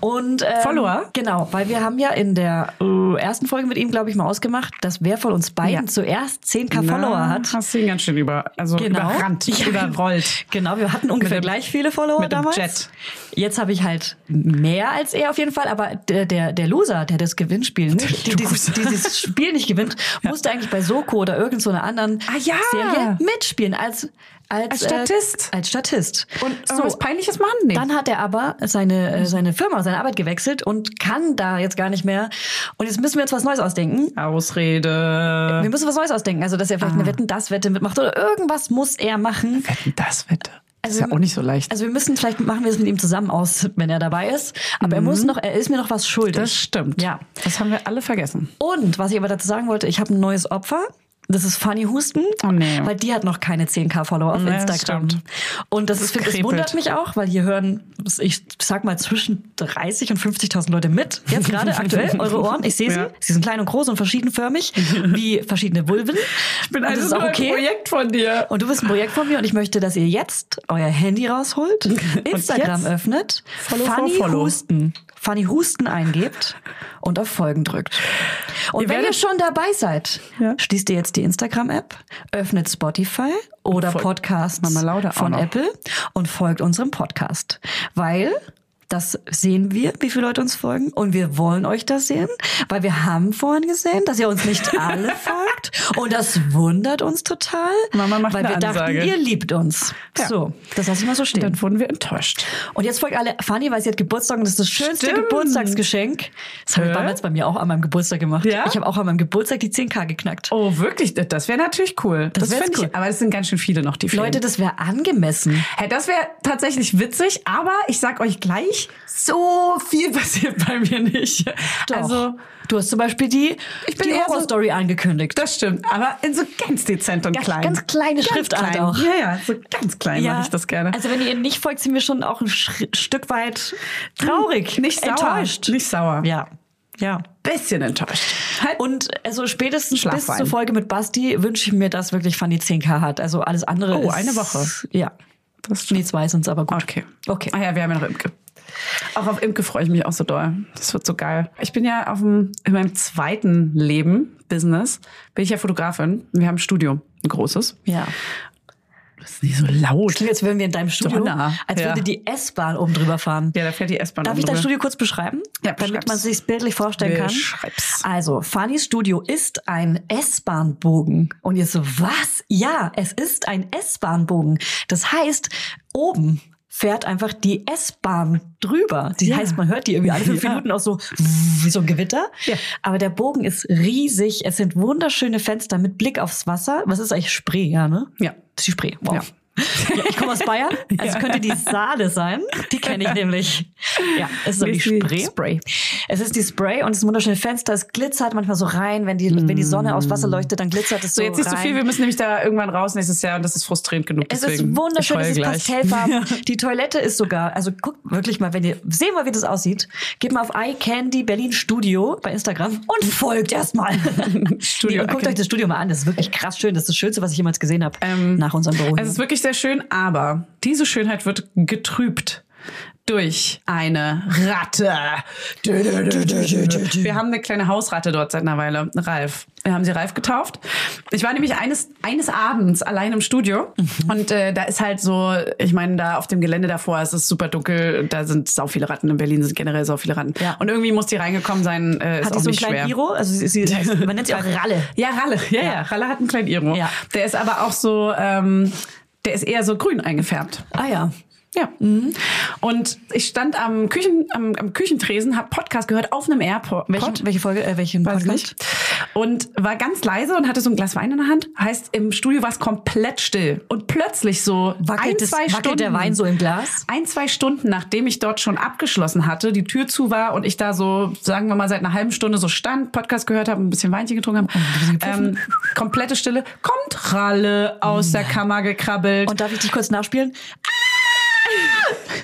Und, ähm, Follower? Genau, weil wir haben ja in der äh, ersten Folge mit ihm, glaube ich, mal ausgemacht, dass wer von uns beiden Ja. zuerst 10k Na, Follower hat. Hast du ihn ganz schön über, also Genau. überrannt, Ja. überrollt. Genau, wir hatten ungefähr dem- gleich viele Follower mit dem damals. Jet. Jetzt habe ich halt mehr als er auf jeden Fall, aber der, der, der Loser, der das Gewinnspiel, nicht, die, dieses, dieses Spiel nicht gewinnt, musste eigentlich bei Soko oder irgendeiner so einer anderen Ah, ja. Serie mitspielen als, als, Als Statist. Äh, als Statist. Und oh, so was Peinliches machen? Nee. Dann hat er aber seine, äh, seine Firma, seine Arbeit gewechselt und kann da jetzt gar nicht mehr. Und jetzt müssen wir uns was Neues ausdenken. Ausrede. Wir müssen was Neues ausdenken. Also, dass er Ah. vielleicht eine Wetten, das Wette mitmacht oder irgendwas muss er machen. Das Wette. Also, ist Also- ja auch nicht so leicht. Also wir müssen, vielleicht machen wir es mit ihm zusammen aus, wenn er dabei ist. Aber er muss noch, er ist mir noch was schuldig. Mhm. das stimmt. Ja. Das haben wir alle vergessen. Und was ich aber dazu sagen wollte, ich habe ein neues Opfer. Das ist Fanny Husten, Oh, nee. weil die hat noch keine 10k Follower auf Nee, das Instagram. stimmt. Und das, ist, das krepelt. wundert mich auch, weil hier hören, ich sag mal, zwischen 30 und 50.000 Leute mit. Jetzt gerade aktuell, eure Ohren, ich sehe sie. Ja. Sie sind klein und groß und verschiedenförmig, wie verschiedene Vulven. Ich bin das also ist auch nur ein okay. Projekt von dir. Und du bist ein Projekt von mir und ich möchte, dass ihr jetzt euer Handy rausholt, Instagram jetzt? öffnet, Follow for Fanny follow. Husten, Fanny Husten eingebt und auf Folgen drückt. Und wenn ihr werdet- schon dabei seid, schließt ihr jetzt die Instagram-App, öffnet Spotify oder Folgt Podcasts Mama Lauda auch von noch. Apple und folgt unserem Podcast. Weil das sehen wir, wie viele Leute uns folgen. Und wir wollen euch das sehen, weil wir haben vorhin gesehen, dass ihr uns nicht alle folgt. Und das wundert uns total. Mama macht weil eine wir Ansage. dachten, ihr liebt uns. Ja. So, das lasse ich mal so Und stehen. dann wurden wir enttäuscht. Und jetzt folgt alle Fanny, weil sie hat Geburtstag und das ist das schönste Stimmt. Geburtstagsgeschenk. Das habe ich Hä? damals bei mir auch an meinem Geburtstag gemacht. Ja? Ich habe auch an meinem Geburtstag die 10k geknackt. Oh, wirklich? Das wäre natürlich cool. Das wär fänd cool. ich, aber es sind ganz schön viele noch, die fehlen. Leute, das wäre angemessen. Hey, das wäre tatsächlich witzig, aber ich sag euch gleich, so viel passiert bei mir nicht. Doch. Also, du hast zum Beispiel die, Ich bin die eher so- Horror-Story angekündigt. das stimmt, aber in so ganz dezent und Ja, klein. ganz kleine Ganz Schriftart klein. auch. Ja, ja, so ganz klein Ja. mache ich das gerne. Also wenn ihr ihn nicht folgt, sind wir schon auch ein Schri- Stück weit traurig, Hm, nicht sauer. enttäuscht. Nicht sauer. Ja, ja. Bisschen enttäuscht. Halt. Und also spätestens bis Schlafwein. zur Folge mit Basti wünsche ich mir, dass wirklich Fanny 10k hat. Also alles andere Oh, ist... eine Woche. Ja. Das Nee, zwei sind's aber gut. Okay. Okay. Ah ja, wir haben ja noch Imke. Auch auf Imke freue ich mich auch so doll. Das wird so geil. Ich bin ja auf dem, in meinem zweiten Leben, Business, bin ich ja Fotografin. Wir haben ein Studio, ein großes. Ja. Das ist nicht so laut. Klingt, als würden wir in deinem Studio, nah. als ah. Ja. würde die S-Bahn oben drüber fahren. Ja, da fährt die S-Bahn. Darf oben ich dein drüber. Studio kurz beschreiben? Ja, Damit beschreib's. man sich bildlich vorstellen kann. Beschreib's. Also, Fannys Studio ist ein S-Bahn-Bogen. Und ihr so, was? Ja, es ist ein S-Bahn-Bogen. Das heißt, oben fährt einfach die S-Bahn drüber. Die heißt, man hört die irgendwie alle fünf Minuten auch so wie so ein Gewitter. Ja. Aber der Bogen ist riesig. Es sind wunderschöne Fenster mit Blick aufs Wasser. Was ist eigentlich Spree, ja, ne? Ja. Das ist die Spree. Wow. Ja. Ja, ich komme aus Bayern, also könnte die Saale sein. Die kenne ich nämlich. Ja, es ist aber die Wie die Spray. Es ist die Spray und es ist ein wunderschönes Fenster. Es glitzert manchmal so rein. Wenn die, wenn die Sonne aufs Wasser leuchtet, dann glitzert es so. Mm. So, jetzt rein. nicht so viel. Wir müssen nämlich da irgendwann raus nächstes Jahr und das ist frustrierend genug. Es deswegen. ist wunderschön, Ich es ist heul gleich. Pastellfarben. Die Toilette ist sogar, also guckt wirklich mal, wenn ihr, sehen mal, wie das aussieht. Geht mal auf iCandy Berlin Studio bei Instagram und folgt erstmal. Studio nee, und guckt iCandy. euch das Studio mal an. Das ist wirklich krass schön. Das ist das Schönste, was ich jemals gesehen habe. nach unserem Büro. Ähm, Es ist wirklich sehr schön, aber diese Schönheit wird getrübt durch eine Ratte. Dö, dö, dö, dö, dö, dö. Wir haben eine kleine Hausratte dort seit einer Weile, Ralf. Wir haben sie Ralf getauft. Ich war nämlich eines, eines Abends allein im Studio und äh, da ist halt so, ich meine, da auf dem Gelände davor ist es super dunkel, da sind sau viele Ratten. In Berlin sind generell sau viele Ratten. Ja. Und irgendwie muss die reingekommen sein, äh, ist Hat auch die so einen nicht kleinen schwer. Giro? Also sie, sie, man nennt sie auch Ralle. Ja, Ralle. Ja, ja. Ralle hat einen kleinen Iro. Ja. Der ist aber auch so, ähm, der ist eher so grün eingefärbt. Ah ja. Ja. Und ich stand am, Küchen, am, am Küchentresen, hab Podcast gehört auf einem Airport. Welche, welche Folge, äh, welchen Weiß Podcast? nicht. Und war ganz leise und hatte so ein Glas Wein in der Hand. Heißt, im Studio war es komplett still. Und plötzlich so ein, Wackelt, das, zwei Stunden. wackelt der Wein so im Glas? Ein, zwei Stunden, nachdem ich dort schon abgeschlossen hatte, die Tür zu war und ich da so, sagen wir mal, seit einer halben Stunde so stand, Podcast gehört habe, ein bisschen Weinchen getrunken Oh, habe, ähm, komplette Oh Stille, kommt Ralle aus der Kammer gekrabbelt. Und darf ich dich kurz nachspielen?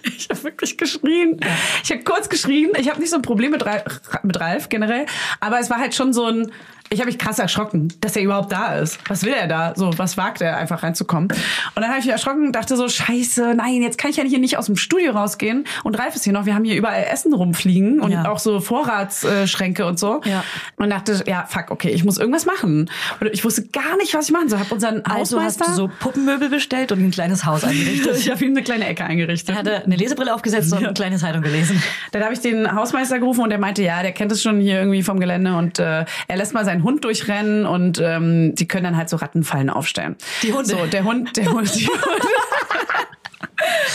Ich habe wirklich geschrien. Ich habe kurz geschrien. Ich habe nicht so ein Problem mit Ralf, mit Ralf generell, aber es war halt schon so ein. Ich habe mich krass erschrocken, dass er überhaupt da ist. Was will er da? So, was wagt er einfach reinzukommen? Und dann habe ich mich erschrocken und dachte so, scheiße, nein, jetzt kann ich ja hier nicht aus dem Studio rausgehen. Und Ralf ist hier noch, wir haben hier überall Essen rumfliegen und Ja. auch so Vorratsschränke und so. Ja. Und dachte, ja, fuck, okay, ich muss irgendwas machen. Und ich wusste gar nicht, was ich machen soll. Hab unseren Also hast Hausmeister... du so Puppenmöbel bestellt und ein kleines Haus eingerichtet. ich habe ihm eine kleine Ecke eingerichtet. Er hatte eine Lesebrille aufgesetzt und eine kleine Zeitung gelesen. Dann habe ich den Hausmeister gerufen und der meinte, ja, der kennt es schon hier irgendwie vom Gelände und äh, er lässt mal seinen Hund durchrennen und ähm, die können dann halt so Rattenfallen aufstellen. Die Hunde. So, der Hund, der Hund, die Hunde.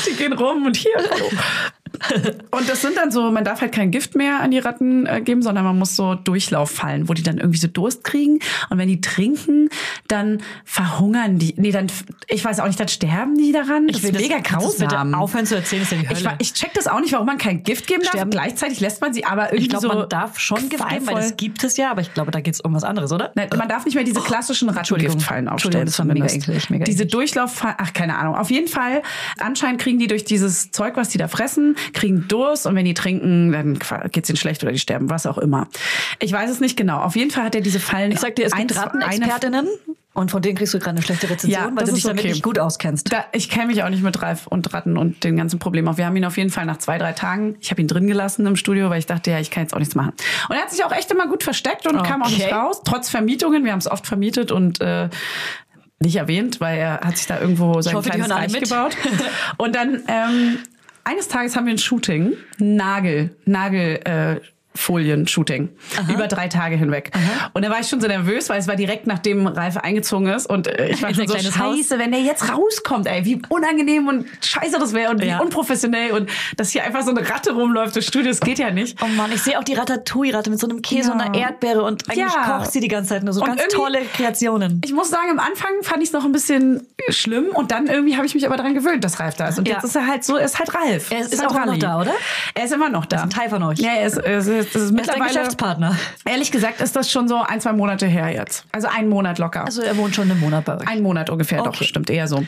die gehen rum und hier. Hallo. Und das sind dann so, man darf halt kein Gift mehr an die Ratten äh, geben, sondern man muss so Durchlauf fallen, wo die dann irgendwie so Durst kriegen. Und wenn die trinken, dann verhungern die. Nee, dann, f- ich weiß auch nicht, dann sterben die daran. Ich will das- kannst du das bitte aufhören zu erzählen, das ist ja die Ich, Hölle. wa- ich check das auch nicht, warum man kein Gift geben darf. Sterben. Gleichzeitig lässt man sie aber irgendwie Ich glaube, so man darf schon Gift geben, weil qualvoll- das gibt es ja, aber ich glaube, da geht es um was anderes, oder? Nein, man darf nicht mehr diese klassischen Entschuldigung. Rattengiftfallen aufstellen. Entschuldigung, das war mega zumindest. eklig, mega diese eklig. Durchlauffallen, ach, keine Ahnung. Auf jeden Fall, anscheinend kriegen die durch dieses Zeug, was die da fressen, kriegen Durst und wenn die trinken, dann qua- geht's ihnen schlecht oder die sterben, was auch immer. Ich weiß es nicht genau. Auf jeden Fall hat er diese Fallen. Ich sag dir, es gibt Rattenexpertinnen und von denen kriegst du gerade eine schlechte Rezension, Ja, weil das du dich ist damit okay. nicht gut auskennst. Da, ich kenne mich auch nicht mit Ralf und Ratten und den ganzen Problemen. auf. Wir haben ihn auf jeden Fall nach zwei, drei Tagen, ich habe ihn drin gelassen im Studio, weil ich dachte, ja, ich kann jetzt auch nichts machen. Und er hat sich auch echt immer gut versteckt und kam auch nicht Okay. raus, trotz Vermietungen. Wir haben es oft vermietet und äh, nicht erwähnt, weil er hat sich da irgendwo sein hoffe, die kleines hören alle Reich mit. gebaut. Und dann ähm, eines Tages haben wir ein Shooting, Nagel, Nagel. Äh, Folien-Shooting über drei Tage hinweg. Und da war ich schon so nervös, weil es war direkt nachdem Ralf eingezogen ist und äh, ich war In sein schon so kleines Haus. scheiße, wenn der jetzt rauskommt, ey, wie unangenehm und scheiße das wäre und Ja. wie unprofessionell und dass hier einfach so eine Ratte rumläuft im Studio, das geht ja nicht. Oh Mann, ich sehe auch die Ratatouille-Ratte mit so einem Käse Ja. und einer Erdbeere und eigentlich Ja. kocht sie die ganze Zeit nur so Und ganz irgendwie- tolle Kreationen. Ich muss sagen, am Anfang fand ich es noch ein bisschen schlimm und dann irgendwie habe ich mich aber daran gewöhnt, dass Ralf da ist. Und Ja. jetzt ist er halt so, er ist halt Ralf. Er ist halt auch immer noch Ralli. da, oder? Er ist immer noch da. ein Teil von euch. Ja, er ist, er ist, er ist, er ist Er ist dein mittlerweile... Geschäftspartner. Ehrlich gesagt ist das schon so ein, zwei Monate her jetzt. Also ein Monat locker. Also er wohnt schon einen Monat bei euch. Ein Monat ungefähr, doch, Okay. stimmt eher so.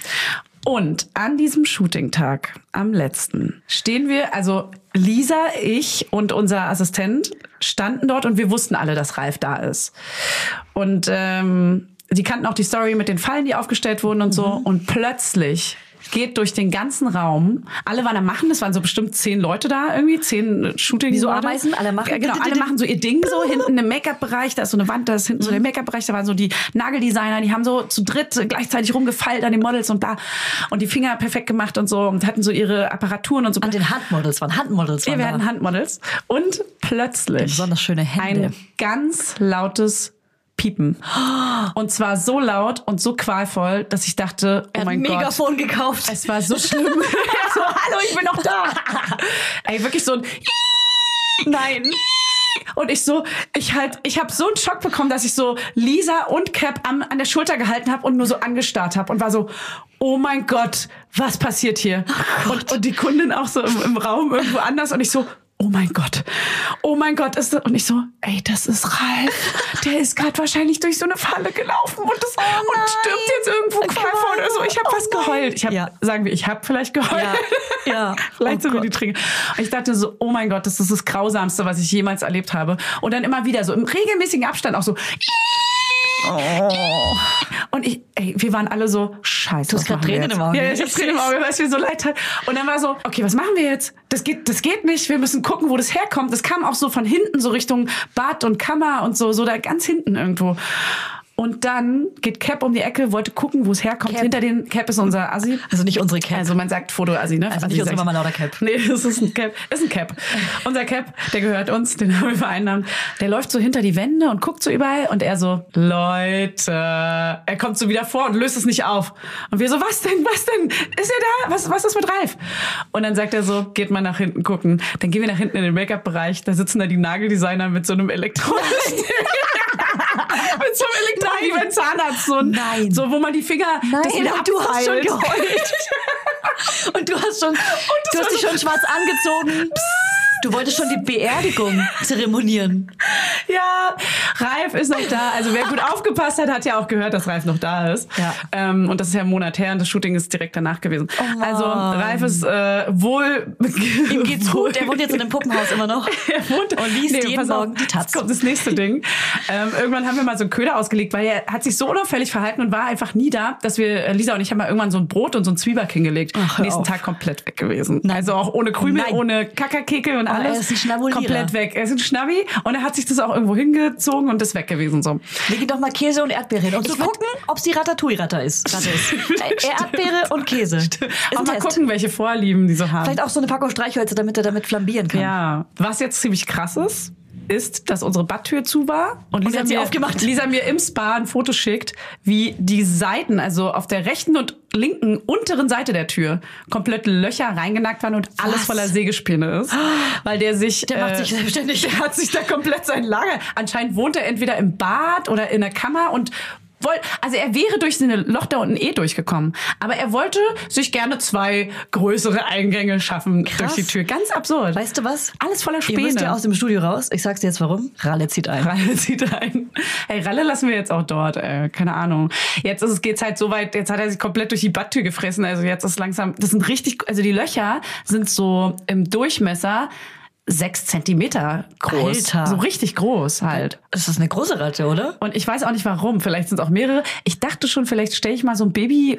Und an diesem Shooting-Tag, am letzten, stehen wir, also Lisa, ich und unser Assistent standen dort und wir wussten alle, dass Ralf da ist. Und ähm, die kannten auch die Story mit den Fallen, die aufgestellt wurden und so. Mhm. Und plötzlich geht durch den ganzen Raum, alle waren am Machen, es waren so bestimmt zehn Leute da irgendwie, zehn äh, shooting Wie so Leute. Ameisen, alle machen. Ja, genau, alle machen so ihr Ding so, hinten im Make-up-Bereich, da ist so eine Wand, da ist hinten so der Mhm. Make-up-Bereich, da waren so die Nageldesigner, die haben so zu dritt gleichzeitig rumgefeilt an den Models und bla. Und die Finger perfekt gemacht und so und hatten so ihre Apparaturen und so. An den Handmodels waren Handmodels Ja, waren wir da. hatten Handmodels. Und plötzlich Besonders schöne Hände. ein ganz lautes Piepen. Und zwar so laut und so qualvoll, dass ich dachte, oh er hat ein mein Gott. Megafon gekauft. Es war so schlimm. Er so, hallo, ich bin noch da. Ey, wirklich so ein Nein. Und ich so, ich halt, ich habe so einen Schock bekommen, dass ich so Lisa und Cap am, an der Schulter gehalten habe und nur so angestarrt habe und war so, oh mein Gott, was passiert hier? und, und die Kundin auch so im, im Raum irgendwo anders und ich so, oh mein Gott, oh mein Gott, ist das, und ich so, ey, das ist Ralf, der ist gerade wahrscheinlich durch so eine Falle gelaufen und, das, und stirbt jetzt irgendwo qualvoll oder so. Oh Ich Oh habe was geheult. Ich habe, Ja. sagen wir, ich habe vielleicht geheult. Ja. Ja. Vielleicht Oh sind wir die Gott. Tränen. Und ich dachte so, oh mein Gott, das ist das Grausamste, was ich jemals erlebt habe. Und dann immer wieder so im regelmäßigen Abstand auch so. Und ich, ey, wir waren alle so, scheiße. Du Oh. hast grad Tränen im Auge. Ja, ich hab Tränen im Auge, weil es mir so leid hat. Und dann war so, okay, was machen wir jetzt? Das geht, das geht nicht. Wir müssen gucken, wo das herkommt. Das kam auch so von hinten, so Richtung Bad und Kammer und so, so da ganz hinten irgendwo. Und dann geht Cap um die Ecke, wollte gucken, wo es herkommt. Hinter den Cap ist unser Assi. Also nicht unsere Cap. Also man sagt Foto-Assi, ne? Also nicht Assi unsere sagt- Mama lauter Cap. Nee, das ist ein Cap. Ist ein Cap. Unser Cap, der gehört uns, den haben wir vereinnahmt. Der läuft so hinter die Wände und guckt so überall und er so, Leute. Er kommt so wieder vor und löst es nicht auf. Und wir so, was denn, was denn? Ist er da? Was, was ist mit Ralf? Und dann sagt er so, geht mal nach hinten gucken. Dann gehen wir nach hinten in den Make-up-Bereich. Da sitzen da die Nageldesigner mit so einem elektronischen... mit so einem elektronischen wie beim Zahnarzt. So, ein- Nein. so, wo man die Finger... Nein, das wieder und du hast schon abfeilt. geheult. Und du hast schon, das du war hast dich so- schon schwarz angezogen. Du wolltest schon die Beerdigung zeremonieren. Ja, Ralf ist noch da. Also wer gut aufgepasst hat, hat ja auch gehört, dass Ralf noch da ist. Ja. Ähm, und das ist ja ein Monat her und das Shooting ist direkt danach gewesen. Oh Mann. also Ralf ist äh, wohl... Ihm geht's gut. Er wohnt jetzt in einem Puppenhaus immer noch. Er wohnt Und liest jeden pass auf, Morgen die Taz. Jetzt kommt das nächste Ding. Ähm, irgendwann haben wir mal so einen Köder ausgelegt, weil er hat sich so unauffällig verhalten und war einfach nie da, dass wir, äh, Lisa und ich haben mal irgendwann so ein Brot und so ein Zwieback hingelegt. Ach, hör Nächsten auf. Tag komplett weg gewesen. Also auch ohne Krümel, Nein. Oh, ohne Kackerkeke und er alles. ist ein Schnabulierer. Komplett weg. Er ist ein Schnabbi und er hat sich das auch irgendwo hingezogen und ist weg gewesen so. Lege doch mal Käse und Erdbeere hin, um zu gucken, ob sie Ratatouille-Ratte ist. Ratte ist. Äh, Erdbeere und Käse. Ist Aber ein mal Test. gucken, welche Vorlieben die so haben. Vielleicht auch so eine Packung Streichhölzer, damit er damit flambieren kann. Ja, was jetzt ziemlich krass ist, ist, dass unsere Badtür zu war und Lisa, hat sie mir, aufgemacht. Lisa mir im Spa ein Foto schickt, wie die Seiten, also auf der rechten und linken unteren Seite der Tür, komplett Löcher reingenackt waren und alles Was? voller Sägespäne ist. Weil der sich... äh, Der macht sich selbstständig. Der hat sich da komplett sein Lager... Anscheinend wohnt er entweder im Bad oder in der Kammer und... wollt- Also er wäre durch seine Loch da unten eh durchgekommen. Aber er wollte sich gerne zwei größere Eingänge schaffen durch Krass. die Tür. Ganz absurd. Weißt du was? Alles voller Ihr müsst ja Späne. aus dem Studio raus. Ich sag's dir jetzt warum. Ralle zieht ein. Ralle zieht ein. Ey, Ralle lassen wir jetzt auch dort. Ey. Keine Ahnung. Jetzt ist es geht's halt so weit. Jetzt hat er sich komplett durch die Badtür gefressen. Also jetzt ist langsam. Das sind richtig. Also die Löcher sind so im Durchmesser sechs Zentimeter groß. Alter. So richtig groß halt. Das ist eine große Ratte, oder? Und ich weiß auch nicht warum. Vielleicht sind es auch mehrere. Ich dachte schon, vielleicht stelle ich mal so ein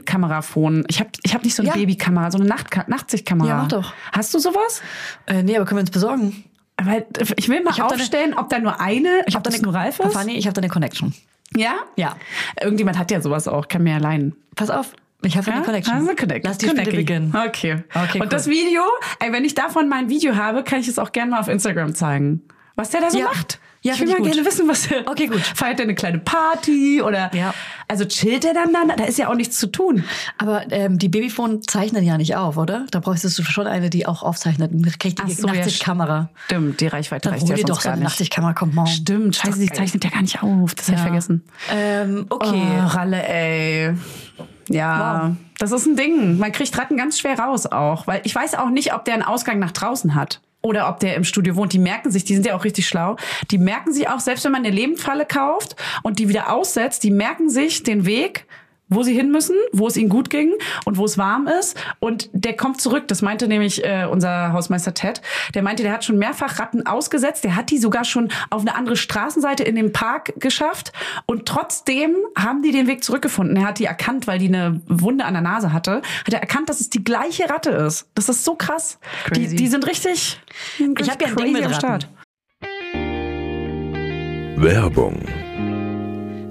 Babykamerafon. Ich habe ich hab nicht so eine Ja. Babykamera, so eine Nachtka- Nachtsichtkamera. Ja, mach doch. Hast du sowas? Äh, nee, aber können wir uns besorgen? Weil äh, ich will mal Ich hab da ne eine- aufstellen, ob da nur eine, ich ob das nur Ralf ist. ne Fanny, ich habe da eine Connection. Ja? Ja. Irgendjemand hat ja sowas auch, kann mir ja leihen. Pass auf. Ich habe Ja? eine Connection. Also connect. Lass die Connecting. Spiele beginnen. Okay. Okay, Und cool. das Video, ey, wenn ich davon mein Video habe, kann ich es auch gerne mal auf Instagram zeigen. Was der da so Ja. macht. Ja, ich will find ich mal gut. gerne wissen, was er. Okay, gut. Feiert er eine kleine Party oder. Ja. Also chillt er dann dann? Da ist ja auch nichts zu tun. Aber ähm, die Babyfon zeichnen ja nicht auf, oder? Da brauchst du schon eine, die auch aufzeichnet. Eine richtige Ach so, ja, Nachtsichtkamera. Stimmt, die Reichweite Dann reicht hol ja dir sonst doch so gar eine nicht. Nachtsichtkamera, komm mal. Stimmt, scheiße, die zeichnet ja gar nicht auf. Das hab ich vergessen. Ähm, okay. Oh, Ralle, ey. Ja, Wow. das ist ein Ding. Man kriegt Ratten ganz schwer raus auch, weil ich weiß auch nicht, ob der einen Ausgang nach draußen hat oder ob der im Studio wohnt. Die merken sich, die sind ja auch richtig schlau. Die merken sich auch, selbst wenn man eine Lebendfalle kauft und die wieder aussetzt, die merken sich den Weg wo sie hin müssen, wo es ihnen gut ging und wo es warm ist. Und der kommt zurück. Das meinte nämlich äh, unser Hausmeister Ted. Der meinte, der hat schon mehrfach Ratten ausgesetzt. Der hat die sogar schon auf eine andere Straßenseite in den Park geschafft. Und trotzdem haben die den Weg zurückgefunden. Er hat die erkannt, weil die eine Wunde an der Nase hatte. Hat er erkannt, dass es die gleiche Ratte ist. Das ist so krass. Die, Crazy. die sind richtig. die sind Ich hab ja ein Ding crazy mit am Ratten. Start. Werbung,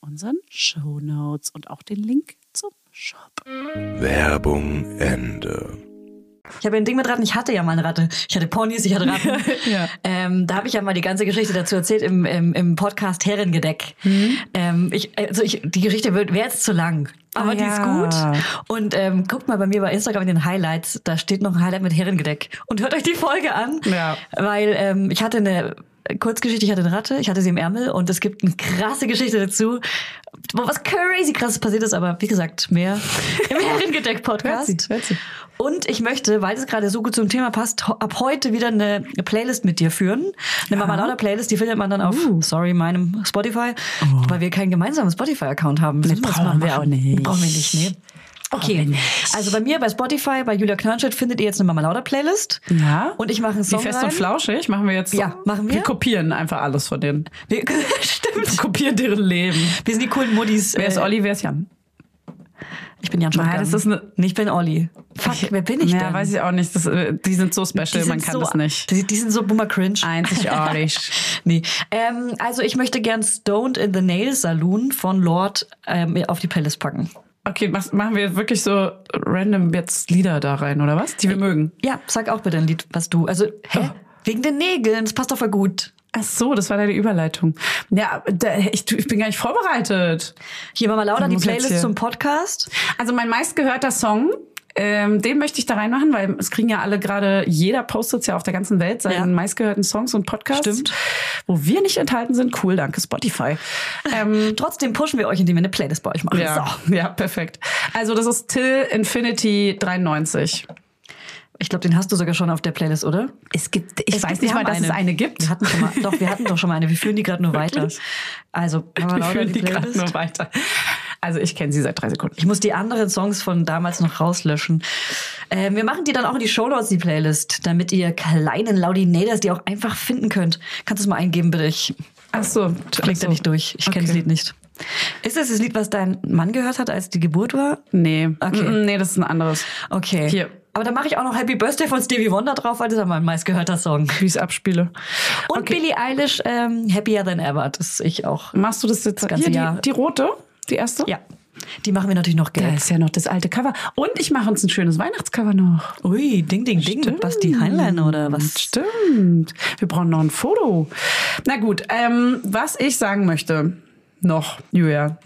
unseren Show Notes und auch den Link zum Shop. Werbung, Ende. Ich habe ein Ding mit Ratten. Ich hatte ja mal eine Ratte. Ich hatte Ponys, ich hatte Ratten. ähm, da habe ich ja mal die ganze Geschichte dazu erzählt im, im, im Podcast Herrengedeck. Mhm. Ähm, ich, also ich, die Geschichte wäre jetzt zu lang. Aber Ah, die ist ja. gut. Und ähm, guckt mal bei mir bei Instagram in den Highlights. Da steht noch ein Highlight mit Herrengedeck. Und hört euch die Folge an. Ja. Weil ähm, ich hatte eine Kurzgeschichte, ich hatte eine Ratte, ich hatte sie im Ärmel und es gibt eine krasse Geschichte dazu, wo was crazy krasses passiert ist, aber wie gesagt, mehr im Herrengedeck-Podcast. Hört sie, hört sie. Und ich möchte, weil es gerade so gut zum Thema passt, ho- ab heute wieder eine Playlist mit dir führen. Eine Mama Lauder Playlist, die findet man dann auf, Uh. sorry, meinem Spotify, weil wir keinen gemeinsamen Spotify-Account haben. Das brauchen Oh. wir auch nicht. Brauchen wir nicht, nee. Okay, also bei mir, bei Spotify, bei Julia Knirschett findet ihr jetzt eine Mama Lauder Playlist. Ja. Und ich mache einen Wie Song fest rein. und flauschig machen wir jetzt. Ja, machen wir. Wir kopieren einfach alles von denen. Wir, stimmt. Wir kopieren deren Leben. Wir sind die coolen Muddis. Wer Äh, ist Olli, wer ist Jan? Ich bin Jan Schotgang. Nein, das ist eine- Nee, ich bin Olli. ne- Fuck, wer bin ich ja, denn? weiß ich auch nicht. Das, äh, die sind so special, Die sind man kann so, das nicht. Die, die sind so boomer cringe. Einzigartig. Nee. Ähm, also ich möchte gern Stoned in the Nail Saloon von Lord ähm, auf die Playlist packen. Okay, mach, machen wir wirklich so random jetzt Lieder da rein, oder was? Die wir mögen. Ja, sag auch bitte ein Lied, was du. Also, hä? Wegen den Nägeln, das passt doch voll gut. Ach so, das war deine Überleitung. Ja, da, ich, tu- ich bin gar nicht vorbereitet. Hier Mama Lauda, Dann die muss jetzt Playlist hier- zum Podcast. Also mein meistgehörter Song, ähm, den möchte ich da reinmachen, weil es kriegen ja alle gerade, jeder postet ja auf der ganzen Welt seinen Ja. meistgehörten Songs und Podcasts. Stimmt. Wo wir nicht enthalten sind. Cool, danke Spotify. Ähm, Trotzdem pushen wir euch, indem wir eine Playlist bei euch machen. So. ja, ja, perfekt. Also das ist Till Infinity 93. Ich glaube, den hast du sogar schon auf der Playlist, oder? Es gibt, ich Es weiß gibt- nicht wir mal, haben dass es eine gibt. Wir hatten schon mal, doch, wir hatten doch schon mal eine. Wir führen die gerade nur weiter. Also, Mama Wir Lauda, führen die die gerade Playlist. nur weiter. Also ich kenne sie seit drei Sekunden. Ich muss die anderen Songs von damals noch rauslöschen. Ähm, wir machen die dann auch in die Shownotes, die Playlist, damit ihr kleinen Laudinators die auch einfach finden könnt. Kannst du es mal eingeben, bitte? Ich Ach so, blick da nicht durch. Ich kenne das Lied nicht. Ist das das Lied, was dein Mann gehört hat, als die Geburt war? Nee, Okay. Mm, mm, nee, das ist ein anderes. Okay. Hier. Aber da mache ich auch noch Happy Birthday von Stevie Wonder drauf, weil das ist ja mein meistgehörter Song. Wie ich abspiele. Und Billie Eilish, ähm, Happier Than Ever, das ist ich auch. Machst du das jetzt ganze hier, Jahr. Die, die rote, die erste? Ja. Die machen wir natürlich noch Da gelb. ist ja noch das alte Cover. Und ich mache uns ein schönes Weihnachtscover noch. Ui, ding, ding, ding, mit Basti Heinlein oder was? Stimmt. Wir brauchen noch ein Foto. Na gut, ähm, was ich sagen möchte noch, Julia,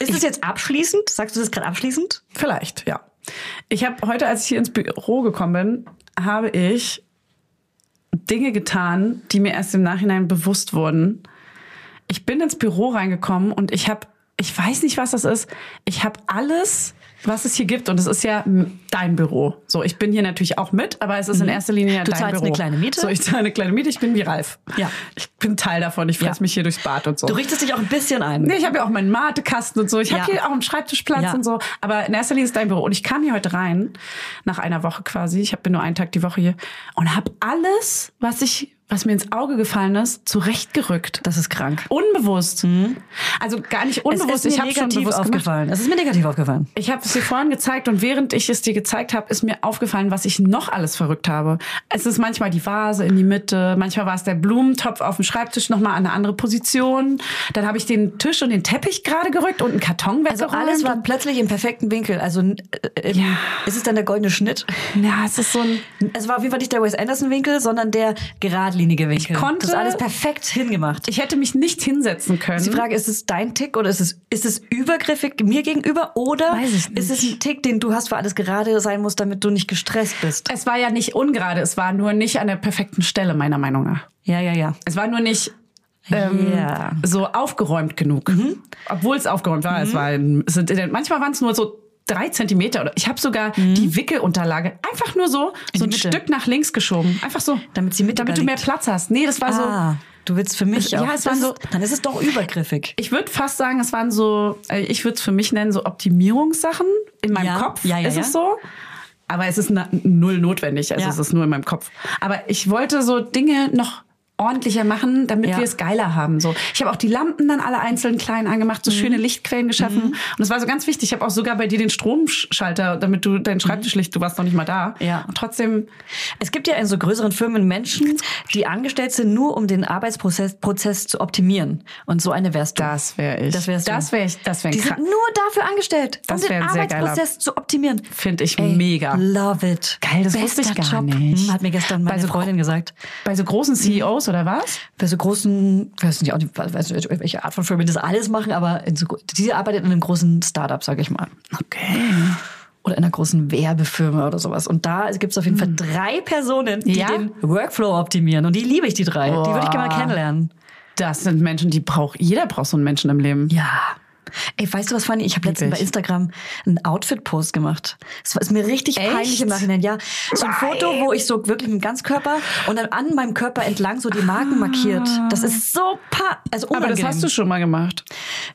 Ist das jetzt abschließend? Sagst du das gerade abschließend? Vielleicht, ja. Ich habe heute, als ich hier ins Büro gekommen bin, habe ich Dinge getan, die mir erst im Nachhinein bewusst wurden. Ich bin ins Büro reingekommen und ich habe, ich weiß nicht, was das ist. Ich habe alles, was es hier gibt, und es ist ja m- dein Büro. So, ich bin hier natürlich auch mit, aber es ist in erster Linie ja Mhm. Du dein zahlst Büro. eine kleine Miete? So, ich zahle eine kleine Miete. Ich bin wie Ralf. Ja. Ich bin Teil davon. Ich fresse Ja. mich hier durchs Bad und so. Du richtest dich auch ein bisschen ein. Nee, ich habe ja auch meinen Matekasten und so. Ich Ja. habe hier auch einen Schreibtischplatz Ja. und so. Aber in erster Linie ist dein Büro. Und ich kam hier heute rein, nach einer Woche quasi. Ich hab- bin nur einen Tag die Woche hier. Und habe alles, was ich, was mir ins Auge gefallen ist, zurechtgerückt. Das ist krank. Unbewusst. Mhm. Also gar nicht unbewusst. Ich habe schon bewusst gemacht. aufgefallen. Es ist mir negativ aufgefallen. Ich habe es dir vorhin gezeigt und während ich es dir gezeigt habe, ist mir aufgefallen, was ich noch alles verrückt habe. Es ist manchmal die Vase in die Mitte, manchmal war es der Blumentopf auf dem Schreibtisch nochmal an eine andere Position. Dann habe ich den Tisch und den Teppich gerade gerückt und einen Karton Also weggeräumt. alles war plötzlich im perfekten Winkel. Also äh, im, Ja. ist es dann der goldene Schnitt? ja, es ist so ein... Es war auf jeden Fall nicht der Wes Anderson Winkel, sondern der geradlinige Winkel. Ich konnte- das ist alles perfekt hingemacht. Ich hätte mich nicht hinsetzen können. die Frage, ist es dein Tick oder ist es, ist es übergriffig mir gegenüber oder Weiß ich nicht. ist es ein Tick, den du hast, weil alles gerade sein muss, damit du nicht gestresst bist? es war ja nicht ungerade, es war nur nicht an der perfekten Stelle, meiner Meinung nach. Ja, ja, ja. Es war nur nicht ähm, Ja. so aufgeräumt genug. Mhm. Obwohl es aufgeräumt war. Es war ein- es sind, manchmal waren es nur so drei Zentimeter oder ich habe sogar die Wickelunterlage einfach nur Mhm. so, so die ein Mitte. Stück nach links geschoben. Einfach so. Damit sie mittiger Damit du mehr liegt. Platz hast. Nee, das war Ah. so. Du willst für mich Ja, auch. es Das waren so- ist, dann ist es doch übergriffig. Ich würde fast sagen, es waren so, äh, ich würde es für mich nennen, so Optimierungssachen in meinem Ja, Kopf. ja, ja, ist ja. es so? Aber es ist na, null notwendig. Also Ja. es ist nur in meinem Kopf. Aber ich wollte so Dinge noch ordentlicher machen, damit Ja. wir es geiler haben. So, ich habe auch die Lampen dann alle einzeln klein angemacht, Mhm. so schöne Lichtquellen geschaffen. Und das war so ganz wichtig. Ich habe auch sogar bei dir den Stromschalter, damit du dein Schreibtischlicht, du warst noch nicht mal da. Mhm. Ja. Und trotzdem Es gibt ja in so größeren Firmen Menschen, die angestellt sind, nur um den Arbeitsprozess Prozess zu optimieren. Und so eine wärst du. Das wär ich. Das wärst du. Das wär ich- das wär ein Die kra- sind nur dafür angestellt, Das um wär den ein sehr geiler- Arbeitsprozess zu optimieren. finde ich mega. Love it. Geil, das Bester wusste ich gar Job. nicht. Hm, Hat mir gestern Bei meine so Freundin gesagt. Bei so großen CEOs oder was? Bei so großen, weiß nicht, auch nicht, weiß nicht, welche Art von Firmen das alles machen, aber in so, gro- die arbeitet in einem großen Startup, sag ich mal. Okay. Oder in einer großen Werbefirma oder sowas. Und da gibt es auf jeden Fall drei Personen, die Hm. Ja? den Workflow optimieren. Und die liebe ich, die drei. Die würde ich gerne mal kennenlernen. Das sind Menschen, die braucht, jeder braucht so einen Menschen im Leben. Ja. Ey, weißt du was, Fanny? Ich habe letztens bei ich. Instagram einen Outfit-Post gemacht. Es war- ist mir richtig Echt? peinlich im Nachhinein. Ja, so ein Foto, wo ich so wirklich mit dem Ganzkörper und dann an meinem Körper entlang so die Marken markiert. Das ist so pa also Aber unangenehm. das hast du schon mal gemacht.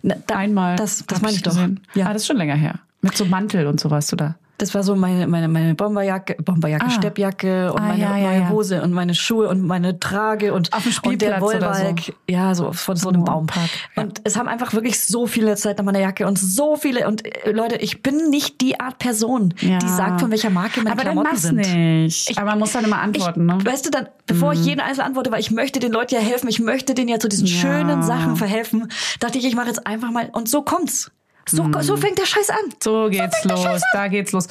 Na, da- Einmal. Das, Hab das meine ich doch. gesehen. Ja. Ah, das ist schon länger her. Mit so Mantel und sowas, oder? Das war so meine, meine, meine Bomberjacke, Bomberjacke, Ah. Steppjacke und Ah, meine ja, ja, neue ja. Hose und meine Schuhe und meine Trage und, Auf dem und der Spielplatz oder Wollbalg. so. Ja, so von so einem Oh, Baum. im Park, ja. Und es haben einfach wirklich so viele Zeit an meiner Jacke und so viele. Und äh, Leute, ich bin nicht die Art Person, die sagt, von welcher Marke meine Aber Klamotten dann mach's sind. nicht. Ich- Aber man muss dann immer antworten, ich, ne? Weißt du, dann, bevor ich jeden einzelnen antworte, weil ich möchte den Leuten ja helfen, ich möchte denen ja zu diesen Ja. schönen Sachen verhelfen, dachte ich, ich mache jetzt einfach mal. Und so kommt's. So, Mhm. so fängt der Scheiß an. So geht's los, da geht's los.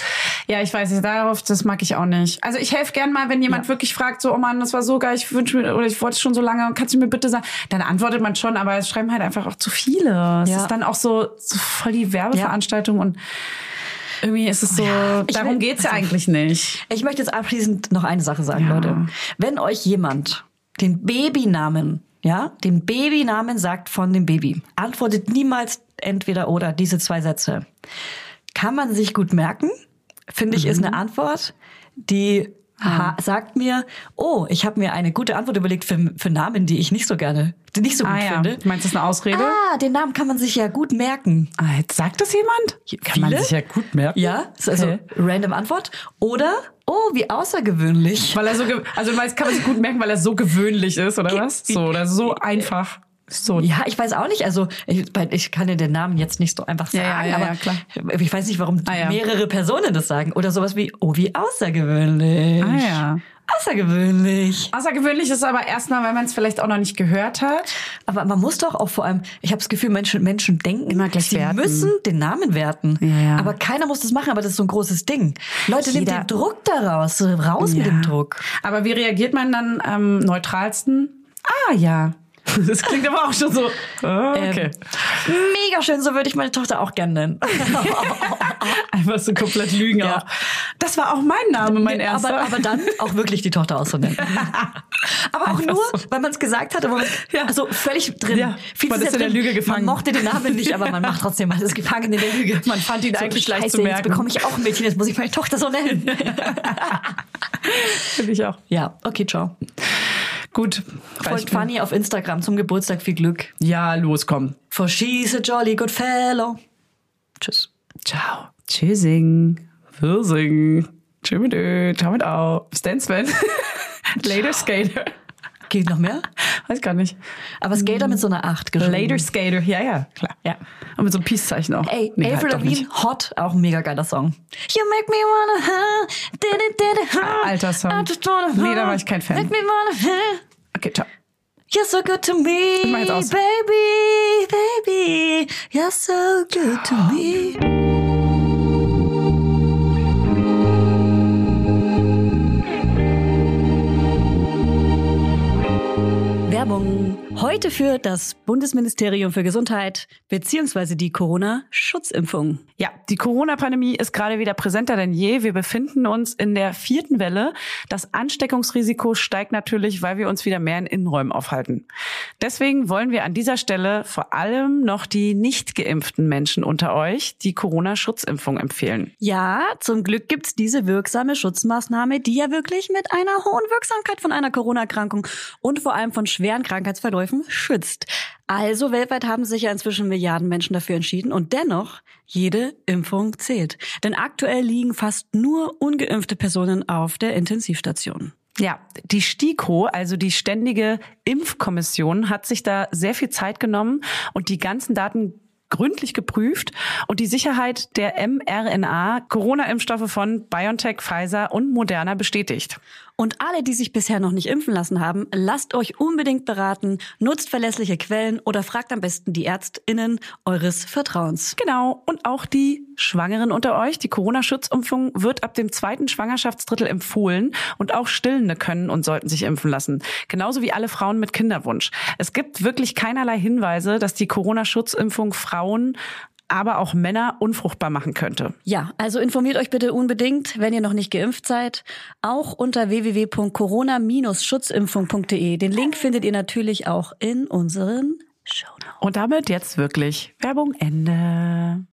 Ja, ich weiß nicht, darauf, das mag ich auch nicht. Also ich helfe gern mal, wenn jemand wirklich fragt, so, oh Mann, das war so geil, ich wünsche mir, oder ich wollte es schon so lange, kannst du mir bitte sagen? Dann antwortet man schon, aber es schreiben halt einfach auch zu viele. Es Ja. ist dann auch so, so voll die Werbeveranstaltung und irgendwie ist es so, ich darum will- Also, geht's ja eigentlich nicht. Ich möchte jetzt abschließend noch eine Sache sagen, Ja. Leute. Wenn euch jemand den Babynamen, ja, den Babynamen sagt von dem Baby, antwortet niemals entweder oder diese zwei Sätze. Kann man sich gut merken, finde ich, Mhm. ist eine Antwort, die Ah. ha- sagt mir, oh, ich habe mir eine gute Antwort überlegt für, für Namen, die ich nicht so gerne, die nicht so gut Ah ja, finde. meinst du, das ist eine Ausrede? Ah, den Namen kann man sich ja gut merken. Ah, jetzt sagt das jemand? Kann man Viele? sich ja gut merken. Ja, ist also Okay. random Antwort. Oder, oh, wie außergewöhnlich. Weil er so, ge- also weil es kann man sich gut merken, weil er so gewöhnlich ist, oder was? So, oder so einfach. So, Ja, ich weiß auch nicht. Also ich, bei- ich kann ja den Namen jetzt nicht so einfach Ja, sagen, ja, ja, aber ja, klar. ich weiß nicht, warum Ah, ja. mehrere Personen das sagen. Oder sowas wie, oh, wie außergewöhnlich. Ah, ja. Außergewöhnlich. Außergewöhnlich ist aber erstmal, weil man es vielleicht auch noch nicht gehört hat. Aber man muss doch auch vor allem, ich habe das Gefühl, Menschen, Menschen denken, Immer gleich sie werten. müssen den Namen werten. Ja, ja. Aber keiner muss das machen, aber das ist so ein großes Ding. Leute, nehmt Jeder- den Druck daraus. Raus mit dem Druck. Aber wie reagiert man dann am neutralsten? Ah ja. Das klingt aber auch schon so. Ah, okay. Ähm, Mega schön, so würde ich meine Tochter auch gerne nennen. Einfach so komplett Lügen Ja. auch. Das war auch mein Name, mein Nee, erster. Aber, aber dann auch wirklich die Tochter auszunehmen. aber auch nur, weil man es gesagt hat, aber man, Ja. also völlig drin. Ja, Viel man zu ist sehr in der drin. Lüge gefangen. Man mochte den Namen nicht, aber man macht trotzdem man ist gefangen in der Lüge. Man fand ihn eigentlich leicht zu merken. Jetzt bekomme ich auch ein Mädchen, jetzt muss ich meine Tochter so nennen. Finde ich auch. ja, okay, ciao. Gut. Folgt Reicht mir. Fanny auf Instagram zum Geburtstag viel Glück. Ja, los, komm. For she's a jolly good fellow. Tschüss. Ciao. Tschüssing. Wirsing. Tschö mit Ö. Ciao mit Au. Stan Sven. Later Skater. Geht noch mehr? Weiß gar nicht. Aber Skater mit so einer 8 geschrieben. Mm. Later Skater. Ja, ja, klar. Ähm. Ja. Und mit so einem Peace-Zeichen auch. Ey, Nee, Avril halt doch Lavigne, nicht. Hot, auch ein mega geiler Song. You make me wanna, huh, did it, did it, huh. Alter Song. I just wanna, Nee, da huh, war ich kein Fan. Make me wanna, huh. Okay, ciao. You're so good to me, mach jetzt aus. baby, baby. You're so good to me. Werbung. Heute für das Bundesministerium für Gesundheit beziehungsweise die Corona-Schutzimpfung. Ja, die Corona-Pandemie ist gerade wieder präsenter denn je. Wir befinden uns in der vierten Welle. Das Ansteckungsrisiko steigt natürlich, weil wir uns wieder mehr in Innenräumen aufhalten. Deswegen wollen wir an dieser Stelle vor allem noch die nicht geimpften Menschen unter euch die Corona-Schutzimpfung empfehlen. Ja, zum Glück gibt's diese wirksame Schutzmaßnahme, die ja wirklich mit einer hohen Wirksamkeit von einer Corona-Erkrankung und vor allem von schweren Krankheitsverläufen schützt. Also weltweit haben sich ja inzwischen Milliarden Menschen dafür entschieden und dennoch jede Impfung zählt. Denn aktuell liegen fast nur ungeimpfte Personen auf der Intensivstation. Ja, die STIKO, also die ständige Impfkommission, hat sich da sehr viel Zeit genommen und die ganzen Daten gründlich geprüft und die Sicherheit der mRNA-Corona-Impfstoffe von BioNTech, Pfizer und Moderna bestätigt. Und alle, die sich bisher noch nicht impfen lassen haben, lasst euch unbedingt beraten, nutzt verlässliche Quellen oder fragt am besten die Ärztinnen eures Vertrauens. Genau, und auch die Schwangeren unter euch, die Corona-Schutzimpfung wird ab dem zweiten Schwangerschaftsdrittel empfohlen und auch Stillende können und sollten sich impfen lassen, genauso wie alle Frauen mit Kinderwunsch. Es gibt wirklich keinerlei Hinweise, dass die Corona-Schutzimpfung Frauen aber auch Männer unfruchtbar machen könnte. Ja, also informiert euch bitte unbedingt, wenn ihr noch nicht geimpft seid, auch unter www.corona-schutzimpfung.de. Den Link findet ihr natürlich auch in unseren Show. Und damit jetzt wirklich Werbung Ende.